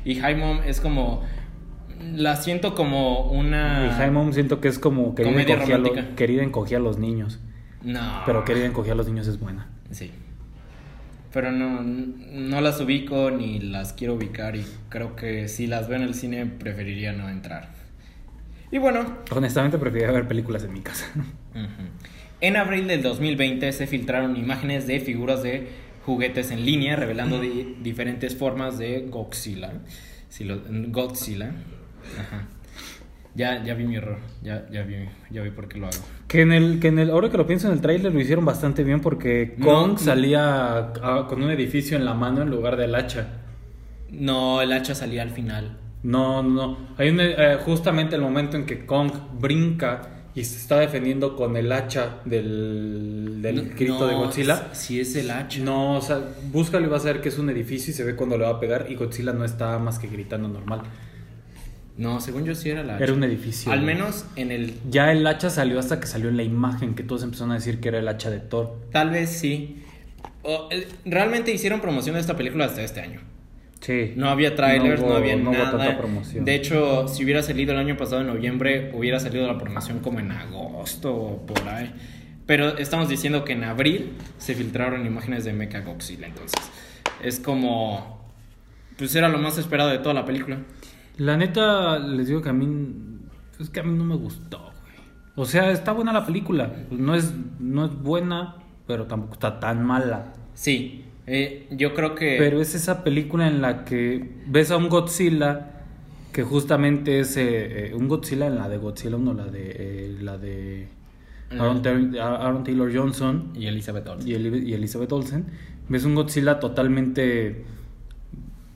S3: Y High Mom es como. La siento como una.
S4: Y High Mom siento que es como querida
S3: Comedia
S4: encogía, a los,
S3: romántica. Ah.
S4: querida encogía a los niños.
S3: No.
S4: Pero querida encogía a los niños es buena.
S3: Sí. Pero no, no las ubico ni las quiero ubicar y creo que si las veo en el cine preferiría no entrar. Y bueno,
S4: Honestamente prefería ver películas en mi casa.
S3: Ujú. En abril del 2020 se filtraron imágenes de figuras de juguetes en línea revelando di- diferentes formas de Godzilla. Si lo- Godzilla. Ajá. Ya, ya vi mi error. Ya, ya vi, ya vi por qué lo hago.
S4: Que en el, que en el, ahora que lo pienso en el tráiler lo hicieron bastante bien porque
S3: No.
S4: Kong salía ah, con un edificio en la mano en lugar del hacha.
S3: No, el hacha salía al final.
S4: No, no, no. Hay un, eh, justamente el momento en que Kong brinca y se está defendiendo con el hacha del, del
S3: No,
S4: grito de
S3: no,
S4: Godzilla.
S3: Si si es el hacha.
S4: No, o sea, búscalo y vas a ver que es un edificio y se ve cuando le va a pegar y Godzilla no está más que gritando normal.
S3: No, según yo sí era el hacha.
S4: Era un edificio.
S3: Al
S4: güey.
S3: menos en el
S4: Ya el hacha salió hasta que salió en la imagen que todos empezaron a decir que era el hacha de Thor.
S3: Tal vez sí. O, eh, realmente hicieron promoción de esta película hasta este año.
S4: Sí.
S3: No había trailers, no,
S4: hubo-
S3: había
S4: no hubo
S3: nada.
S4: tanta promoción.
S3: De hecho, si hubiera salido el año pasado en noviembre, hubiera salido la promoción como en agosto o por ahí. Pero estamos diciendo que en abril se filtraron imágenes de Mecha Godzilla, entonces es como pues era lo más esperado de toda la película.
S4: La neta, les digo que a mí. Es que a mí no me gustó, güey. O sea, está buena la película. No es, no es buena, pero tampoco está tan mala.
S3: Sí, eh, yo creo que
S4: Pero es esa película en la que ves a un Godzilla que justamente es eh, eh, un Godzilla en la de Godzilla 1, la de eh, la de
S3: Mm.
S4: Aaron, Ter- Aaron Taylor Johnson
S3: y Elizabeth Olsen.
S4: y, Eli- y Elizabeth Olsen. Ves un Godzilla totalmente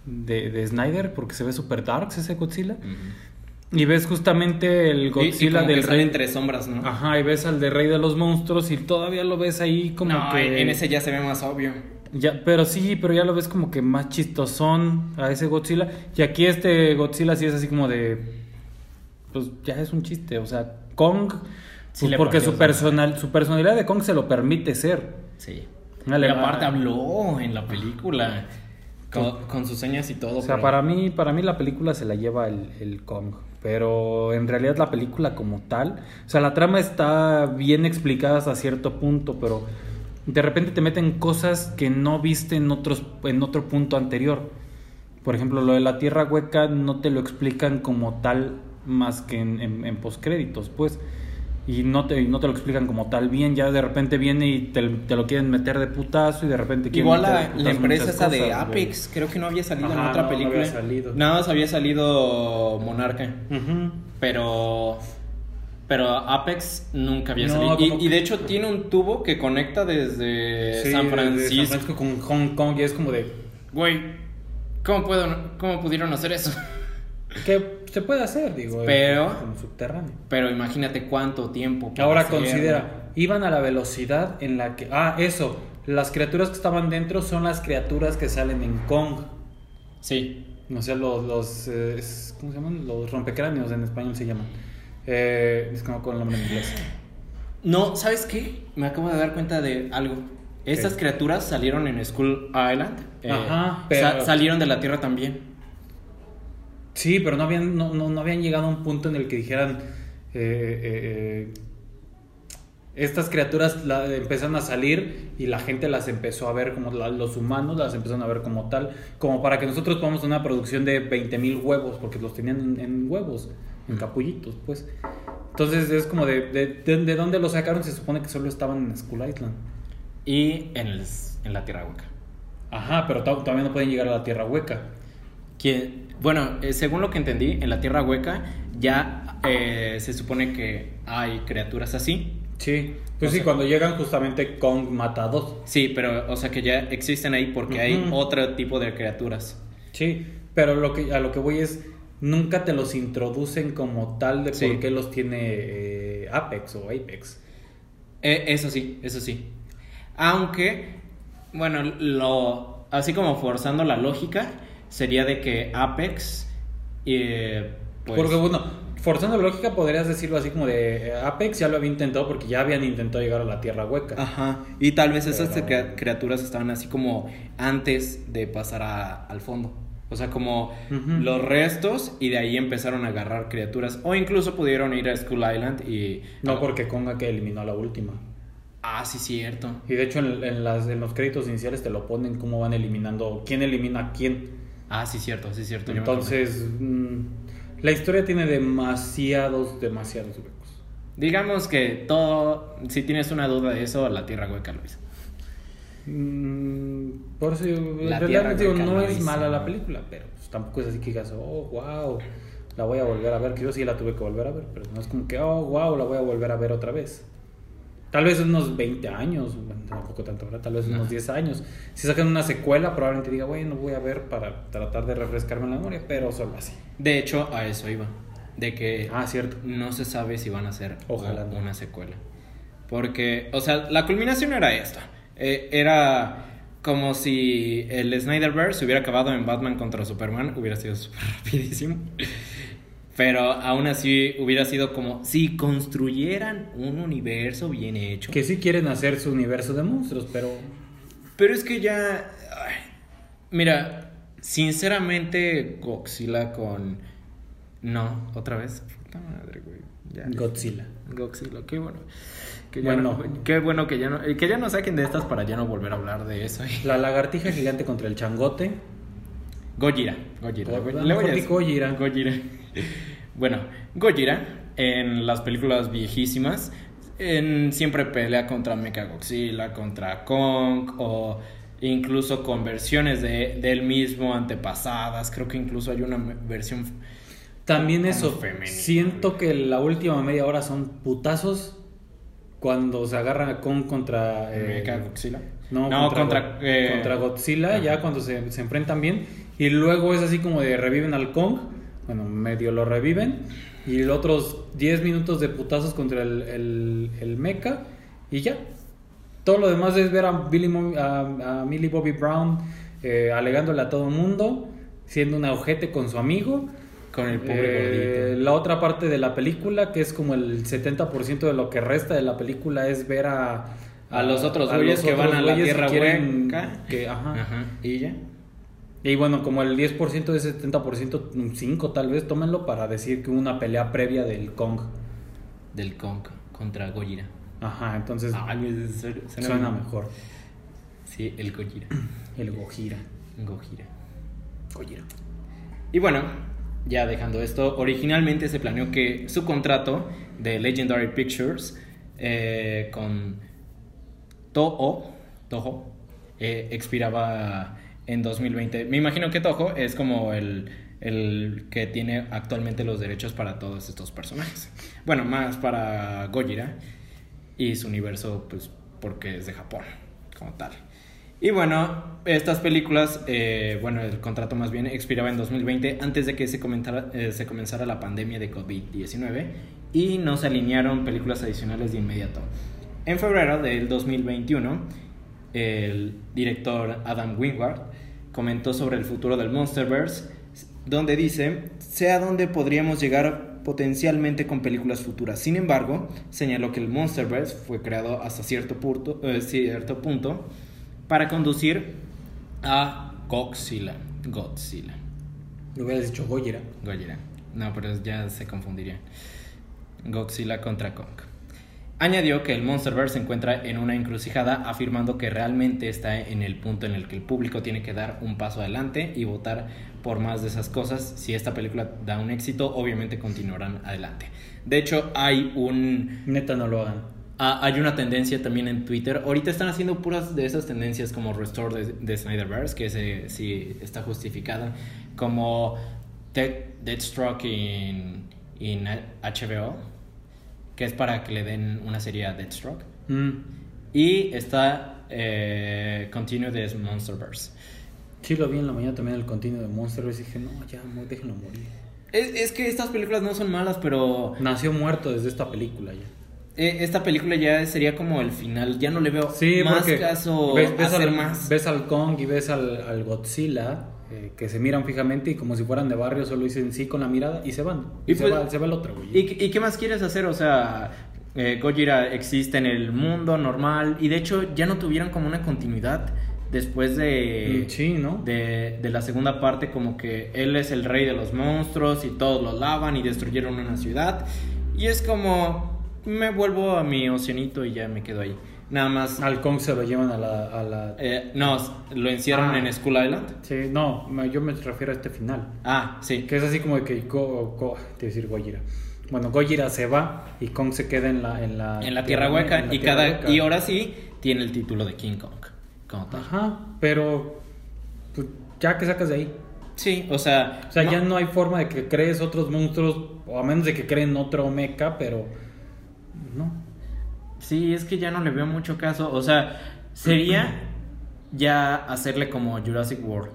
S4: de, de Snyder porque se ve super darks ese Godzilla.
S3: Ujú.
S4: Y ves justamente
S3: Y-
S4: el
S3: y
S4: Godzilla
S3: como que
S4: del
S3: sale
S4: rey. Ah,
S3: entre sombras, ¿no?
S4: Ajá, y ves al de rey de los monstruos y todavía lo ves ahí como
S3: No,
S4: que.
S3: en ese ya se ve más obvio.
S4: Ya, pero sí, pero ya lo ves como que más chistosón a ese Godzilla. Y aquí este Godzilla sí es así como de. Pues ya es un chiste. O sea, Kong.
S3: Sí
S4: pues,
S3: le
S4: porque
S3: partió
S4: su
S3: su madre.
S4: personal, su personalidad de Kong se lo permite ser.
S3: Sí.
S4: Dale,
S3: y
S4: va.
S3: aparte habló en la película. Con, con sus señas y todo.
S4: O sea,
S3: pero-
S4: para mí, para mí la película se la lleva el, el Kong. Pero en realidad la película como tal, o sea, la trama está bien explicada hasta cierto punto, pero de repente te meten cosas que no viste en, otros, en otro punto anterior. Por ejemplo, lo de la tierra hueca no te lo explican como tal más que en, en, en postcréditos, pues. Y no, te, y no te lo explican como tal bien, ya de repente viene y te, te lo quieren meter de putazo y de repente quieren
S3: Igual
S4: meter de
S3: la, la
S4: putazo
S3: empresa
S4: muchas
S3: esa de
S4: cosas, güey.
S3: Apex, creo que no había salido en
S4: Ajá,
S3: otra
S4: no, no
S3: película.
S4: había salido.
S3: Nada más había salido Monarca.
S4: Ujú.
S3: Pero. Pero Apex nunca había
S4: No,
S3: salido. Y-
S4: como
S3: Y, de
S4: que-
S3: hecho tiene un tubo que conecta desde
S4: Sí,
S3: San
S4: de- de San
S3: Francisco.
S4: Francisco con Hong Kong y es como de
S3: Güey, ¿cómo, puedo, ¿cómo pudieron hacer eso?
S4: que se puede hacer, digo,
S3: Pero-
S4: es como subterráneo.
S3: Pero imagínate cuánto tiempo. para
S4: Ahora
S3: hacerlo.
S4: considera, iban a la velocidad en la que ah, eso, las criaturas que estaban dentro son las criaturas que salen en Kong.
S3: Sí.
S4: No sé, los, los eh, es- ¿cómo se llaman? Los rompecráneos en español se llaman. Eh, es como con el nombre en inglés.
S3: No, ¿sabes qué? Me acabo de dar cuenta de algo. Estas
S4: ¿Qué?
S3: criaturas salieron en Skull Island. eh,
S4: Ajá, pero-
S3: sa- salieron de la Tierra también.
S4: Sí, pero no habían, no, no, no habían llegado a un punto en el que dijeran eh, eh, eh, estas criaturas la- empiezan a salir y la gente las empezó a ver como la- los humanos las empezaron a ver como tal, como para que nosotros pongamos una producción de 20 mil huevos, porque los tenían en, en huevos, en capullitos, pues. Entonces es como de, de, de- de dónde los sacaron, se supone que solo estaban en Skull Island.
S3: Y en, el- en la Tierra Hueca.
S4: Ajá, pero to- todavía no pueden llegar a la Tierra Hueca.
S3: Quien- bueno, eh, según lo que entendí, en la Tierra Hueca ya eh, se supone que hay criaturas así.
S4: Sí, pues
S3: O
S4: sí,
S3: sea-
S4: cuando llegan justamente Kong mata a dos.
S3: Sí, pero o sea que ya existen ahí porque hay
S4: Ujú.
S3: otro tipo de criaturas.
S4: Sí, pero lo que, a lo que voy es, nunca te los introducen como tal de
S3: Sí.
S4: por qué los tiene eh, Apex o Apex.
S3: Eh, eso sí, eso sí. Aunque, bueno, lo así como forzando la lógica, sería de que Apex. eh, pues,
S4: Porque bueno, forzando la lógica podrías decirlo así como de eh, Apex ya lo había intentado porque ya habían intentado llegar a la Tierra Hueca.
S3: Ajá. Y tal vez esas
S4: Pero-
S3: cria- criaturas estaban así como antes de pasar a- al fondo. O sea, como
S4: Ujú.
S3: los restos y de ahí empezaron a agarrar criaturas. O incluso pudieron ir a Skull Island y...
S4: No porque Konga que eliminó a la última.
S3: Ah, sí, cierto.
S4: Y de hecho en, en las, en los créditos iniciales te lo ponen cómo van eliminando, quién elimina a quién.
S3: Ah, sí, cierto, sí, cierto. yo me
S4: Entonces, mm, la historia tiene demasiados, demasiados huecos.
S3: acordé. Digamos que todo... Si tienes una duda de eso, la Tierra Hueca, Luis.
S4: Mm, por eso yo- en
S3: La
S4: realidad
S3: Tierra
S4: digo,
S3: Hueca
S4: no
S3: no
S4: es
S3: dice.
S4: mala la película, pero pues, tampoco es así que digas, oh, wow, la voy a volver a ver. Que yo sí la tuve que volver a ver, pero no es como que, oh, wow, la voy a volver a ver otra vez. Tal vez unos 20 años, bueno, tampoco tanto, ¿verdad? Tal vez unos
S3: Ajá.
S4: 10 años. Si sacan una secuela, probablemente diga, bueno, voy a ver para tratar de refrescarme la memoria, pero solo así.
S3: De hecho, a eso iba. De que...
S4: Ah, cierto.
S3: no se sabe si van a hacer
S4: Ojalá no.
S3: una secuela. Porque, o sea, la culminación era esta. Eh, era como si el Snyderverse hubiera acabado en Batman contra Superman, hubiera sido súper rapidísimo. Pero aún así hubiera sido como si construyeran un universo bien hecho.
S4: Que sí quieren hacer su universo de monstruos, pero
S3: Pero es que ya. ay, mira, sinceramente, Godzilla con. No, otra vez. Puta madre, güey. Ya.
S4: Godzilla.
S3: Godzilla, qué bueno. Que ya
S4: Bueno.
S3: no- qué bueno que ya no, eh, que ya no saquen de estas para ya no volver a hablar de eso.
S4: La lagartija gigante contra el changote.
S3: Gojira, Gojira.
S4: Por-
S3: Go-
S4: a lo
S3: le voy
S4: mejor
S3: a
S4: di
S3: decir-
S4: Gojira.
S3: Gojira. Bueno, Gojira en las películas viejísimas en- siempre pelea contra Mechagodzilla, contra Kong o incluso con versiones de, del mismo antepasadas. Creo que incluso hay una me- versión
S4: También
S3: Como
S4: eso,
S3: femenino.
S4: siento que la última media hora son putazos cuando se agarran a Kong contra... eh,
S3: Mechagodzilla.
S4: no, contra, Go-
S3: eh,
S4: contra Godzilla,
S3: ajá.
S4: ya cuando se, se enfrentan bien. Y luego es así como de reviven al Kong, bueno, medio lo reviven. Y los otros 10 minutos de putazos contra el, el, el mecha y ya. Todo lo demás es ver a, Billy Mo- a, a Millie Bobby Brown eh, alegándole a todo el mundo, siendo una ojete con su amigo.
S3: con el pobre
S4: Eh,
S3: gordito.
S4: La otra parte de la película, que es como el 70% de lo que resta de la película, es ver a,
S3: A los otros
S4: a
S3: güeyes que van a la
S4: güeyes
S3: tierra
S4: quieren
S3: hueca.
S4: que- ajá.
S3: Ajá. ¿Y ya?
S4: Y bueno, como el 10% de ese 70%, un 5 tal vez, tómenlo para decir que hubo una pelea previa del Kong.
S3: Del Kong contra Gojira.
S4: Ajá, entonces
S3: Ah, güey, ¿en serio?
S4: suena, mejor.
S3: Sí, el Gojira.
S4: El Gojira.
S3: Gojira.
S4: Gojira.
S3: Y bueno, ya dejando esto, originalmente se planeó que su contrato de Legendary Pictures eh, con Toho, Toho eh, expiraba en 2020. Me imagino que Toho es como el, el que tiene actualmente los derechos para todos estos personajes. Bueno, más para Gojira y su universo, pues porque es de Japón, como tal. Y bueno, estas películas, eh, bueno, el contrato más bien expiraba en 2020 antes de que se, comentara- eh, se comenzara la pandemia de COVID-19 y no se alinearon películas adicionales de inmediato. En febrero del 2021, el director Adam Wingard comentó sobre el futuro del Monsterverse, donde dice, sé a dónde podríamos llegar potencialmente con películas futuras. Sin embargo, señaló que el Monsterverse fue creado hasta cierto punto, eh, cierto punto para conducir a Godzilla. Godzilla.
S4: Lo hubieras dicho Gojira.
S3: Gojira. No, pero ya se confundiría. Godzilla contra Kong. Añadió que el Monsterverse se encuentra en una encrucijada, afirmando que realmente está en el punto en el que el público tiene que dar un paso adelante y votar por más de esas cosas. Si esta película da un éxito, obviamente continuarán adelante. De hecho, hay un
S4: Neta, no lo hagan.
S3: Ah, hay una tendencia también en Twitter. Ahorita están haciendo puras de esas tendencias como Restore de, de Snyderverse, que ese sí está justificada. Como Dead- Deathstroke en en HBO, que es para que le den una serie a Deathstroke.
S4: Mm,
S3: Y está eh, Continue de Monsterverse.
S4: Sí, lo vi en la mañana también el continuo de Monsters y dije, no, ya, mu- déjenlo morir.
S3: Es, es que estas películas no son malas, pero
S4: Nació muerto desde esta película ya.
S3: eh, esta película ya sería como el final. Ya no le veo
S4: Sí,
S3: más
S4: porque
S3: caso
S4: ves, ves
S3: hacer
S4: al,
S3: más.
S4: ves al Kong y ves al, al Godzilla eh, que se miran fijamente y como si fueran de barrio solo dicen sí con la mirada y se van. Y,
S3: Y
S4: se,
S3: pues-
S4: va, se va el otro, güey.
S3: ¿Y, qué- y qué más quieres hacer? O sea, eh, Gojira existe en el mundo normal y de hecho ya no tuvieron como una continuidad después de,
S4: Mm, sí, ¿no?
S3: de, de la segunda parte, como que él es el rey de los monstruos y todos lo lavan y destruyeron una ciudad. Y es como, me vuelvo a mi oceanito y ya me quedo ahí. Nada más.
S4: Al Kong se lo llevan a la... a la-
S3: eh, no, lo encierran
S4: Ah.
S3: en Skull Island.
S4: Sí, no, me- yo me refiero a este final.
S3: Ah, sí.
S4: Que es así como de que Go, Go- te iba a decir Gojira. Bueno, Gojira se va y Kong se queda en la... En la,
S3: En la Tierra
S4: en
S3: Hueca.
S4: la
S3: Y,
S4: Tierra
S3: cada,
S4: Hueca.
S3: y ahora sí tiene el título de King Kong. Como tal.
S4: Ajá, pero... pues, ya que sacas de ahí.
S3: Sí, o sea.
S4: O sea,
S3: no-
S4: ya no hay forma de que crees otros monstruos, o a menos de que creen otro mecha, pero no.
S3: Sí, es que ya no le veo mucho caso. O sea, sería ya hacerle como Jurassic World.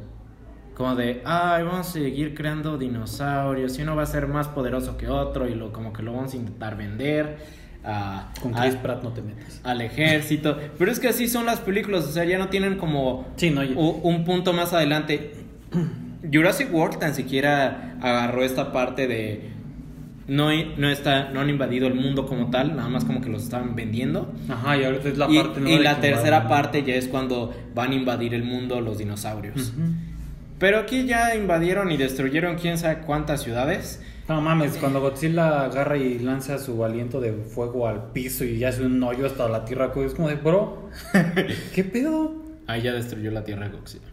S3: Como de, ay, vamos a seguir creando dinosaurios y uno va a ser más poderoso que otro y lo, como que lo vamos a intentar vender a,
S4: Con
S3: a-
S4: Chris Pratt no te metes.
S3: al ejército. Pero es que así son las películas, o sea, ya no tienen como
S4: Sí, no, ya-
S3: u- un punto más adelante. Jurassic World tan siquiera agarró esta parte de no, i- no está no han invadido el mundo como tal, nada más como que los estaban vendiendo.
S4: Ajá, y ahorita es la
S3: y
S4: parte nueva
S3: y
S4: de
S3: la
S4: que
S3: tercera
S4: van-
S3: parte ya es cuando van a invadir el mundo los dinosaurios.
S4: Ujú.
S3: Pero aquí ya invadieron y destruyeron quién sabe cuántas ciudades.
S4: No mames, cuando Godzilla agarra y lanza su aliento de fuego al piso y ya hace un hoyo hasta la tierra, es como de, bro, ¿qué pedo?
S3: Ahí ya destruyó la Tierra Godzilla.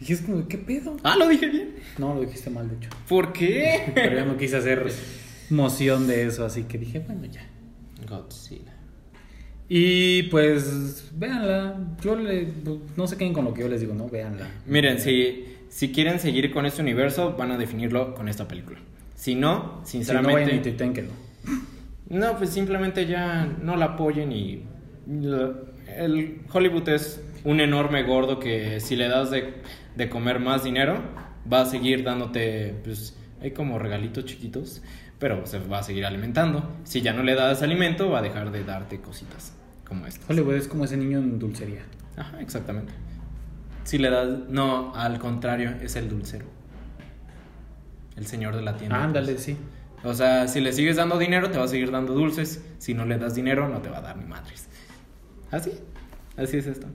S4: Y es como, de, ¿qué pedo?
S3: Ah, lo dije bien.
S4: No, lo dijiste mal, de hecho.
S3: ¿Por qué?
S4: Pero ya no quise hacer moción de eso, así que dije, bueno, ya.
S3: Godzilla.
S4: Y pues, véanla. Yo le, pues, no se queden con lo que yo les digo, ¿no? Véanla.
S3: Miren, si, si quieren seguir con este universo, van a definirlo con esta película. Si no,
S4: Si no vayan y
S3: sinceramente.
S4: tuiteen que no.
S3: no, pues simplemente ya no la apoyen y. El Hollywood es un enorme gordo que si le das de, de comer más dinero, va a seguir dándote. Pues hay como regalitos chiquitos, pero se va a seguir alimentando. Si ya no le das alimento, va a dejar de darte cositas como esta.
S4: Hollywood es como ese niño en dulcería.
S3: Ajá, exactamente. Si le das. No, al contrario, es el dulcero. El señor de la tienda. pues.
S4: Ándale, sí.
S3: O sea, si le sigues dando dinero, te va a seguir dando dulces. Si no le das dinero, no te va a dar ni madres. Así. Así es esto.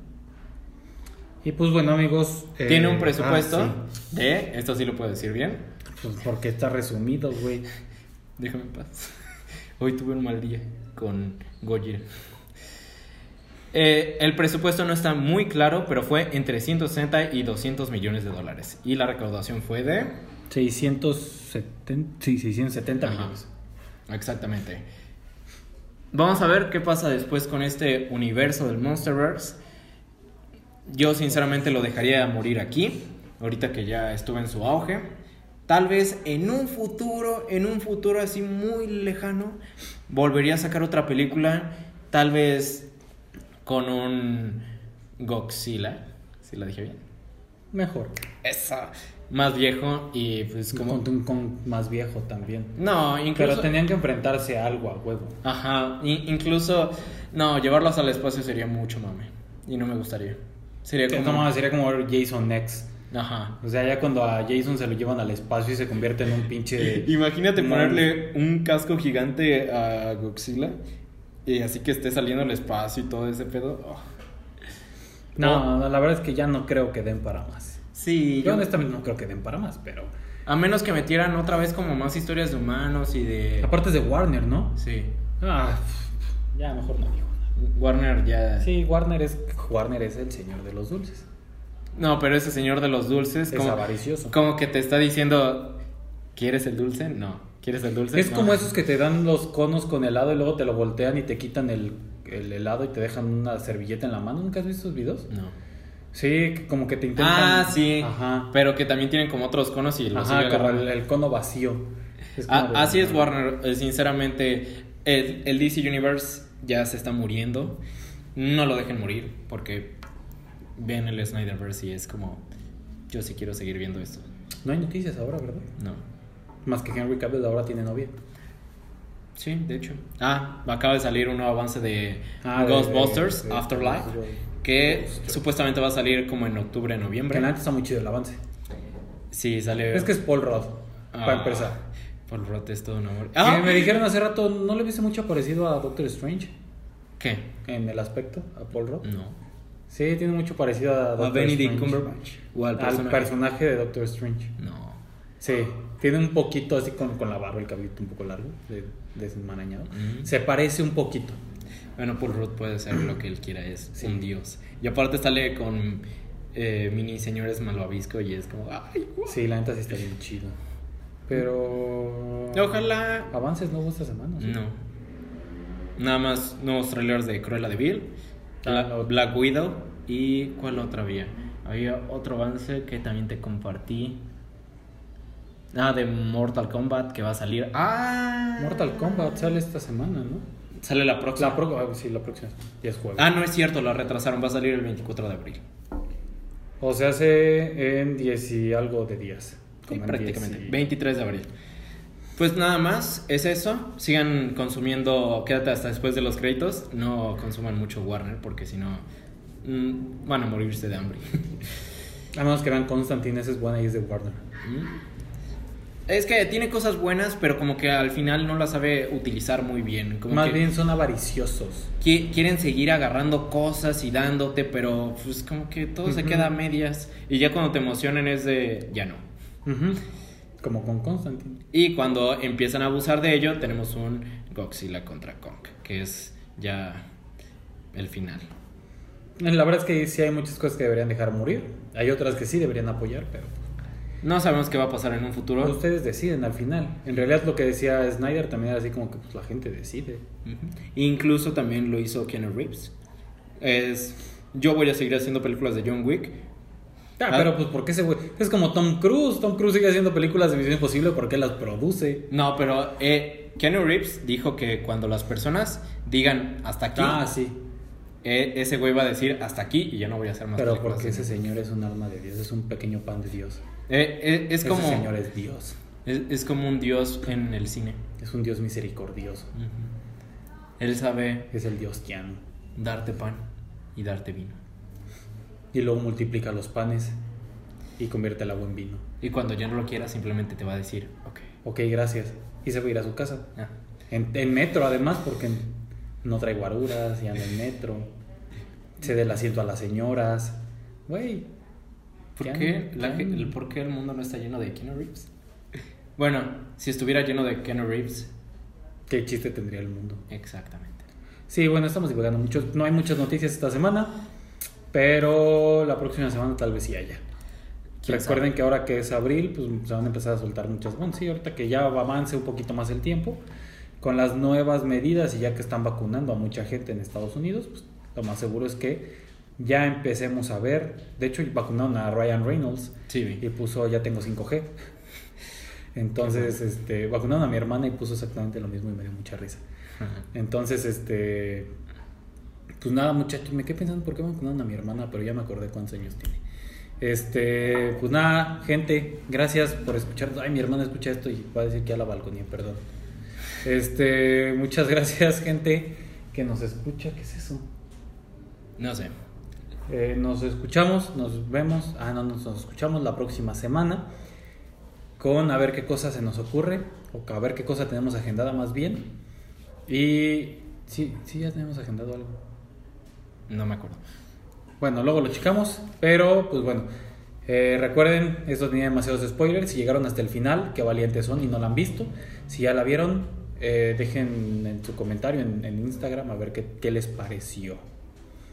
S4: Y pues bueno, amigos. eh,
S3: Tiene un presupuesto
S4: ah,
S3: de, esto sí lo puedo decir bien,
S4: sí. Pues porque está resumido, güey.
S3: déjame en paz. Hoy tuve un mal día con Goyer. Eh, el presupuesto no está muy claro, pero fue entre 160 y 200 millones de dólares. Y la recaudación fue de...
S4: 670, sí, 670 millones.
S3: Ajá. Exactamente. Vamos a ver qué pasa después con este universo del Monsterverse. Yo sinceramente lo dejaría morir aquí, ahorita que ya estuvo en su auge. Tal vez en un futuro, en un futuro así muy lejano, volvería a sacar otra película, tal vez con un Godzilla, si la dije bien.
S4: Mejor.
S3: Esa, más viejo y pues como...
S4: Como un con más viejo también.
S3: No, incluso...
S4: Pero tenían que enfrentarse a algo a huevo.
S3: Ajá, i- incluso, no, llevarlos al espacio sería mucho mame. Y no me gustaría. Sería
S4: Que
S3: como...
S4: no mames, sería como ver Jason X.
S3: Ajá.
S4: O sea, ya cuando a Jason se lo llevan al espacio y se convierte en un pinche.
S3: Imagínate
S4: No.
S3: ponerle un casco gigante a Godzilla y así que esté saliendo al espacio y todo ese pedo. Oh.
S4: No, no, la verdad es que ya no creo que den para más.
S3: Sí,
S4: Yo honestamente no creo que den para más, pero.
S3: a menos que metieran otra vez como más historias de humanos y de...
S4: Aparte es de Warner, ¿no?
S3: Sí.
S4: Ah, ya mejor no digo nada.
S3: Warner ya...
S4: Sí, Warner es. Warner es el señor de los dulces.
S3: No, pero ese señor de los dulces...
S4: Es avaricioso.
S3: Como que te está diciendo, ¿quieres el dulce? No. ¿Quieres el dulce?
S4: es
S3: No.
S4: como esos que te dan los conos con helado y luego te lo voltean y te quitan el, el helado y te dejan una servilleta en la mano. ¿Nunca has visto esos videos?
S3: No.
S4: Sí, que como que te intentan.
S3: Ah, sí.
S4: Ajá.
S3: Pero que también tienen como otros conos y los sigue
S4: Ajá, como
S3: agarrando.
S4: el, el cono vacío. Es
S3: Ah,
S4: como de-
S3: así es Warner, eh, sinceramente. El, el DC Universe ya se está muriendo. No lo dejen morir, porque ven el Snyderverse y es como. Yo sí quiero seguir viendo esto.
S4: No hay noticias ahora, ¿verdad?
S3: No.
S4: Más que Henry Cavill ahora tiene novia.
S3: Sí, de hecho. Ah, acaba de salir un nuevo avance de
S4: Ah, de-
S3: Ghostbusters
S4: de- de-
S3: Afterlife.
S4: Ghostbusters.
S3: que supuestamente va a salir como en octubre,
S4: Que la
S3: noviembre.
S4: neta está muy chido el avance.
S3: Sí, sale.
S4: Es que es Paul Rudd, para
S3: Ah,
S4: empezar.
S3: Por rote es todo un amor. Ah,
S4: Que me dijeron hace rato, ¿no le viste mucho parecido a Doctor Strange?
S3: ¿Qué?
S4: En el aspecto, a Paul Rudd.
S3: No.
S4: Sí, tiene mucho parecido a Doctor
S3: Mm. Benedict
S4: Strange.
S3: Cumberbatch? ¿O al
S4: al
S3: personaje? Ah.
S4: personaje. de Doctor Strange.
S3: No.
S4: Sí, tiene un poquito así con, con la barba, el cabello un poco largo, de- desmarañado.
S3: Ujú.
S4: Se parece un poquito.
S3: Bueno, Paul Rudd puede ser lo que él quiera, es
S4: Sí.
S3: un dios. Y aparte sale con eh, mini señores malvavisco y es como, ay, guau.
S4: Sí, la neta sí está bien chido. Pero.
S3: Mm. ojalá.
S4: Avances nuevos esta semana. ¿sí?
S3: No. Nada más nuevos trailers de Cruella de Vil,
S4: Ah,
S3: Bla-
S4: no.
S3: Black Widow y ¿cuál otra había? Había otro avance que también te compartí. Ah, de Mortal Kombat que va a salir. Ah,
S4: Mortal Kombat sale esta semana, ¿no?
S3: Sale la próxima.
S4: La próxima. ah, Sí, la próxima. Ya es jueves.
S3: Ah, no es cierto, la retrasaron, va a salir el 24 de abril.
S4: O sea, hace en 10 y algo de días.
S3: Sí,
S4: Como en
S3: prácticamente.
S4: 10 y-
S3: 23 de abril. Pues nada más, es eso. Sigan consumiendo, quédate hasta después de los créditos. No consuman mucho Warner porque si no mm, van a morirse de hambre.
S4: A menos que vean Constantine, esa es buena y es de Warner.
S3: Mm. es que tiene cosas buenas, pero como que al final no las sabe utilizar muy bien. Como
S4: Más
S3: que
S4: bien son avariciosos.
S3: qui- quieren seguir agarrando cosas y dándote, pero pues como que todo se
S4: Ujú.
S3: queda a medias. Y ya cuando te emocionan es de ya no.
S4: Como con Constantine.
S3: Y cuando empiezan a abusar de ello, tenemos un Godzilla contra Kong, que es ya el final.
S4: La verdad es que sí hay muchas cosas que deberían dejar morir. Hay otras que sí deberían apoyar, pero
S3: No sabemos qué va a pasar en un futuro.
S4: ustedes deciden al final. En realidad lo que decía Snyder también era así como que pues, la gente decide.
S3: Ujú. Incluso también lo hizo Keanu Reeves. Es, yo voy a seguir haciendo películas de John Wick.
S4: Ah,
S3: Ah.
S4: pero pues ¿por qué ese güey? Es como Tom Cruise. Tom Cruise sigue haciendo películas de Misión Imposible porque las produce.
S3: No, pero eh, Keanu Reeves dijo que cuando las personas digan hasta aquí,
S4: Ah, sí.
S3: eh, ese güey va a decir hasta aquí y ya no voy a hacer más
S4: Pero
S3: películas
S4: porque
S3: de
S4: ese
S3: John
S4: señor es un arma de Dios, es un pequeño pan de Dios.
S3: Wick. Eh, eh, es,
S4: Ese
S3: como,
S4: señor es Dios.
S3: es- es como un dios en el cine.
S4: Es un Dios misericordioso.
S3: Él sabe
S4: Es el Dios Keanu.
S3: darte pan y darte vino.
S4: Y luego multiplica los panes y convierte el agua en vino.
S3: Y cuando ya no lo quieras, simplemente te va a decir, ok.
S4: Ok, gracias. Y se va a ir a su casa.
S3: Ah,
S4: En, en metro, además, porque no trae guaruras y anda en metro. Cede el asiento a las señoras. Güey.
S3: ¿Por
S4: Ya
S3: qué,
S4: no,
S3: la
S4: ya
S3: ge-
S4: no.
S3: el, ¿Por qué el mundo no está lleno de Keanu Reeves? Bueno, si estuviera lleno de Keanu Reeves,
S4: ¿Qué chiste tendría el mundo?
S3: exactamente.
S4: Sí, bueno, estamos divulgando muchos. No hay muchas noticias esta semana, pero la próxima semana tal vez sí haya.
S3: ¿Quién
S4: Recuerden
S3: sabe?
S4: que ahora que es abril, pues se van a empezar a soltar muchas. Bueno, sí, ahorita que ya avance un poquito más el tiempo, con las nuevas medidas y ya que están vacunando a mucha gente en Estados Unidos, pues lo más seguro es que ya empecemos a ver. De hecho, vacunaron a Ryan Reynolds
S3: Sí,
S4: y
S3: vi.
S4: puso ya tengo 5G. Entonces, este, vacunaron a mi hermana y puso exactamente lo mismo y me dio mucha risa.
S3: Ajá.
S4: Entonces, este. Pues nada, muchachos, me quedé pensando por qué vacunaron a mi hermana, pero ya me acordé cuántos años tiene. Este, pues nada, gente, gracias por escuchar. Ay, mi hermana escucha esto y va a decir que a la balconía, perdón. Este, muchas gracias, gente que nos escucha. ¿Qué es eso?
S3: No sé.
S4: Eh, nos escuchamos, nos vemos. Ah, no, nos, nos escuchamos la próxima semana con a ver qué cosa se nos ocurre o a ver qué cosa tenemos agendada más bien. Y sí, sí, ya tenemos agendado algo.
S3: No me acuerdo.
S4: Bueno, luego lo checamos, pero pues bueno. eh, recuerden, esto tenía demasiados spoilers. Si llegaron hasta el final, qué valientes son y no la han visto. Si ya la vieron, eh, dejen en su comentario en, en Instagram a ver qué, qué les pareció.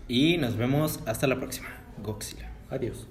S3: Y nos vemos hasta la próxima. Goxila.
S4: Adiós.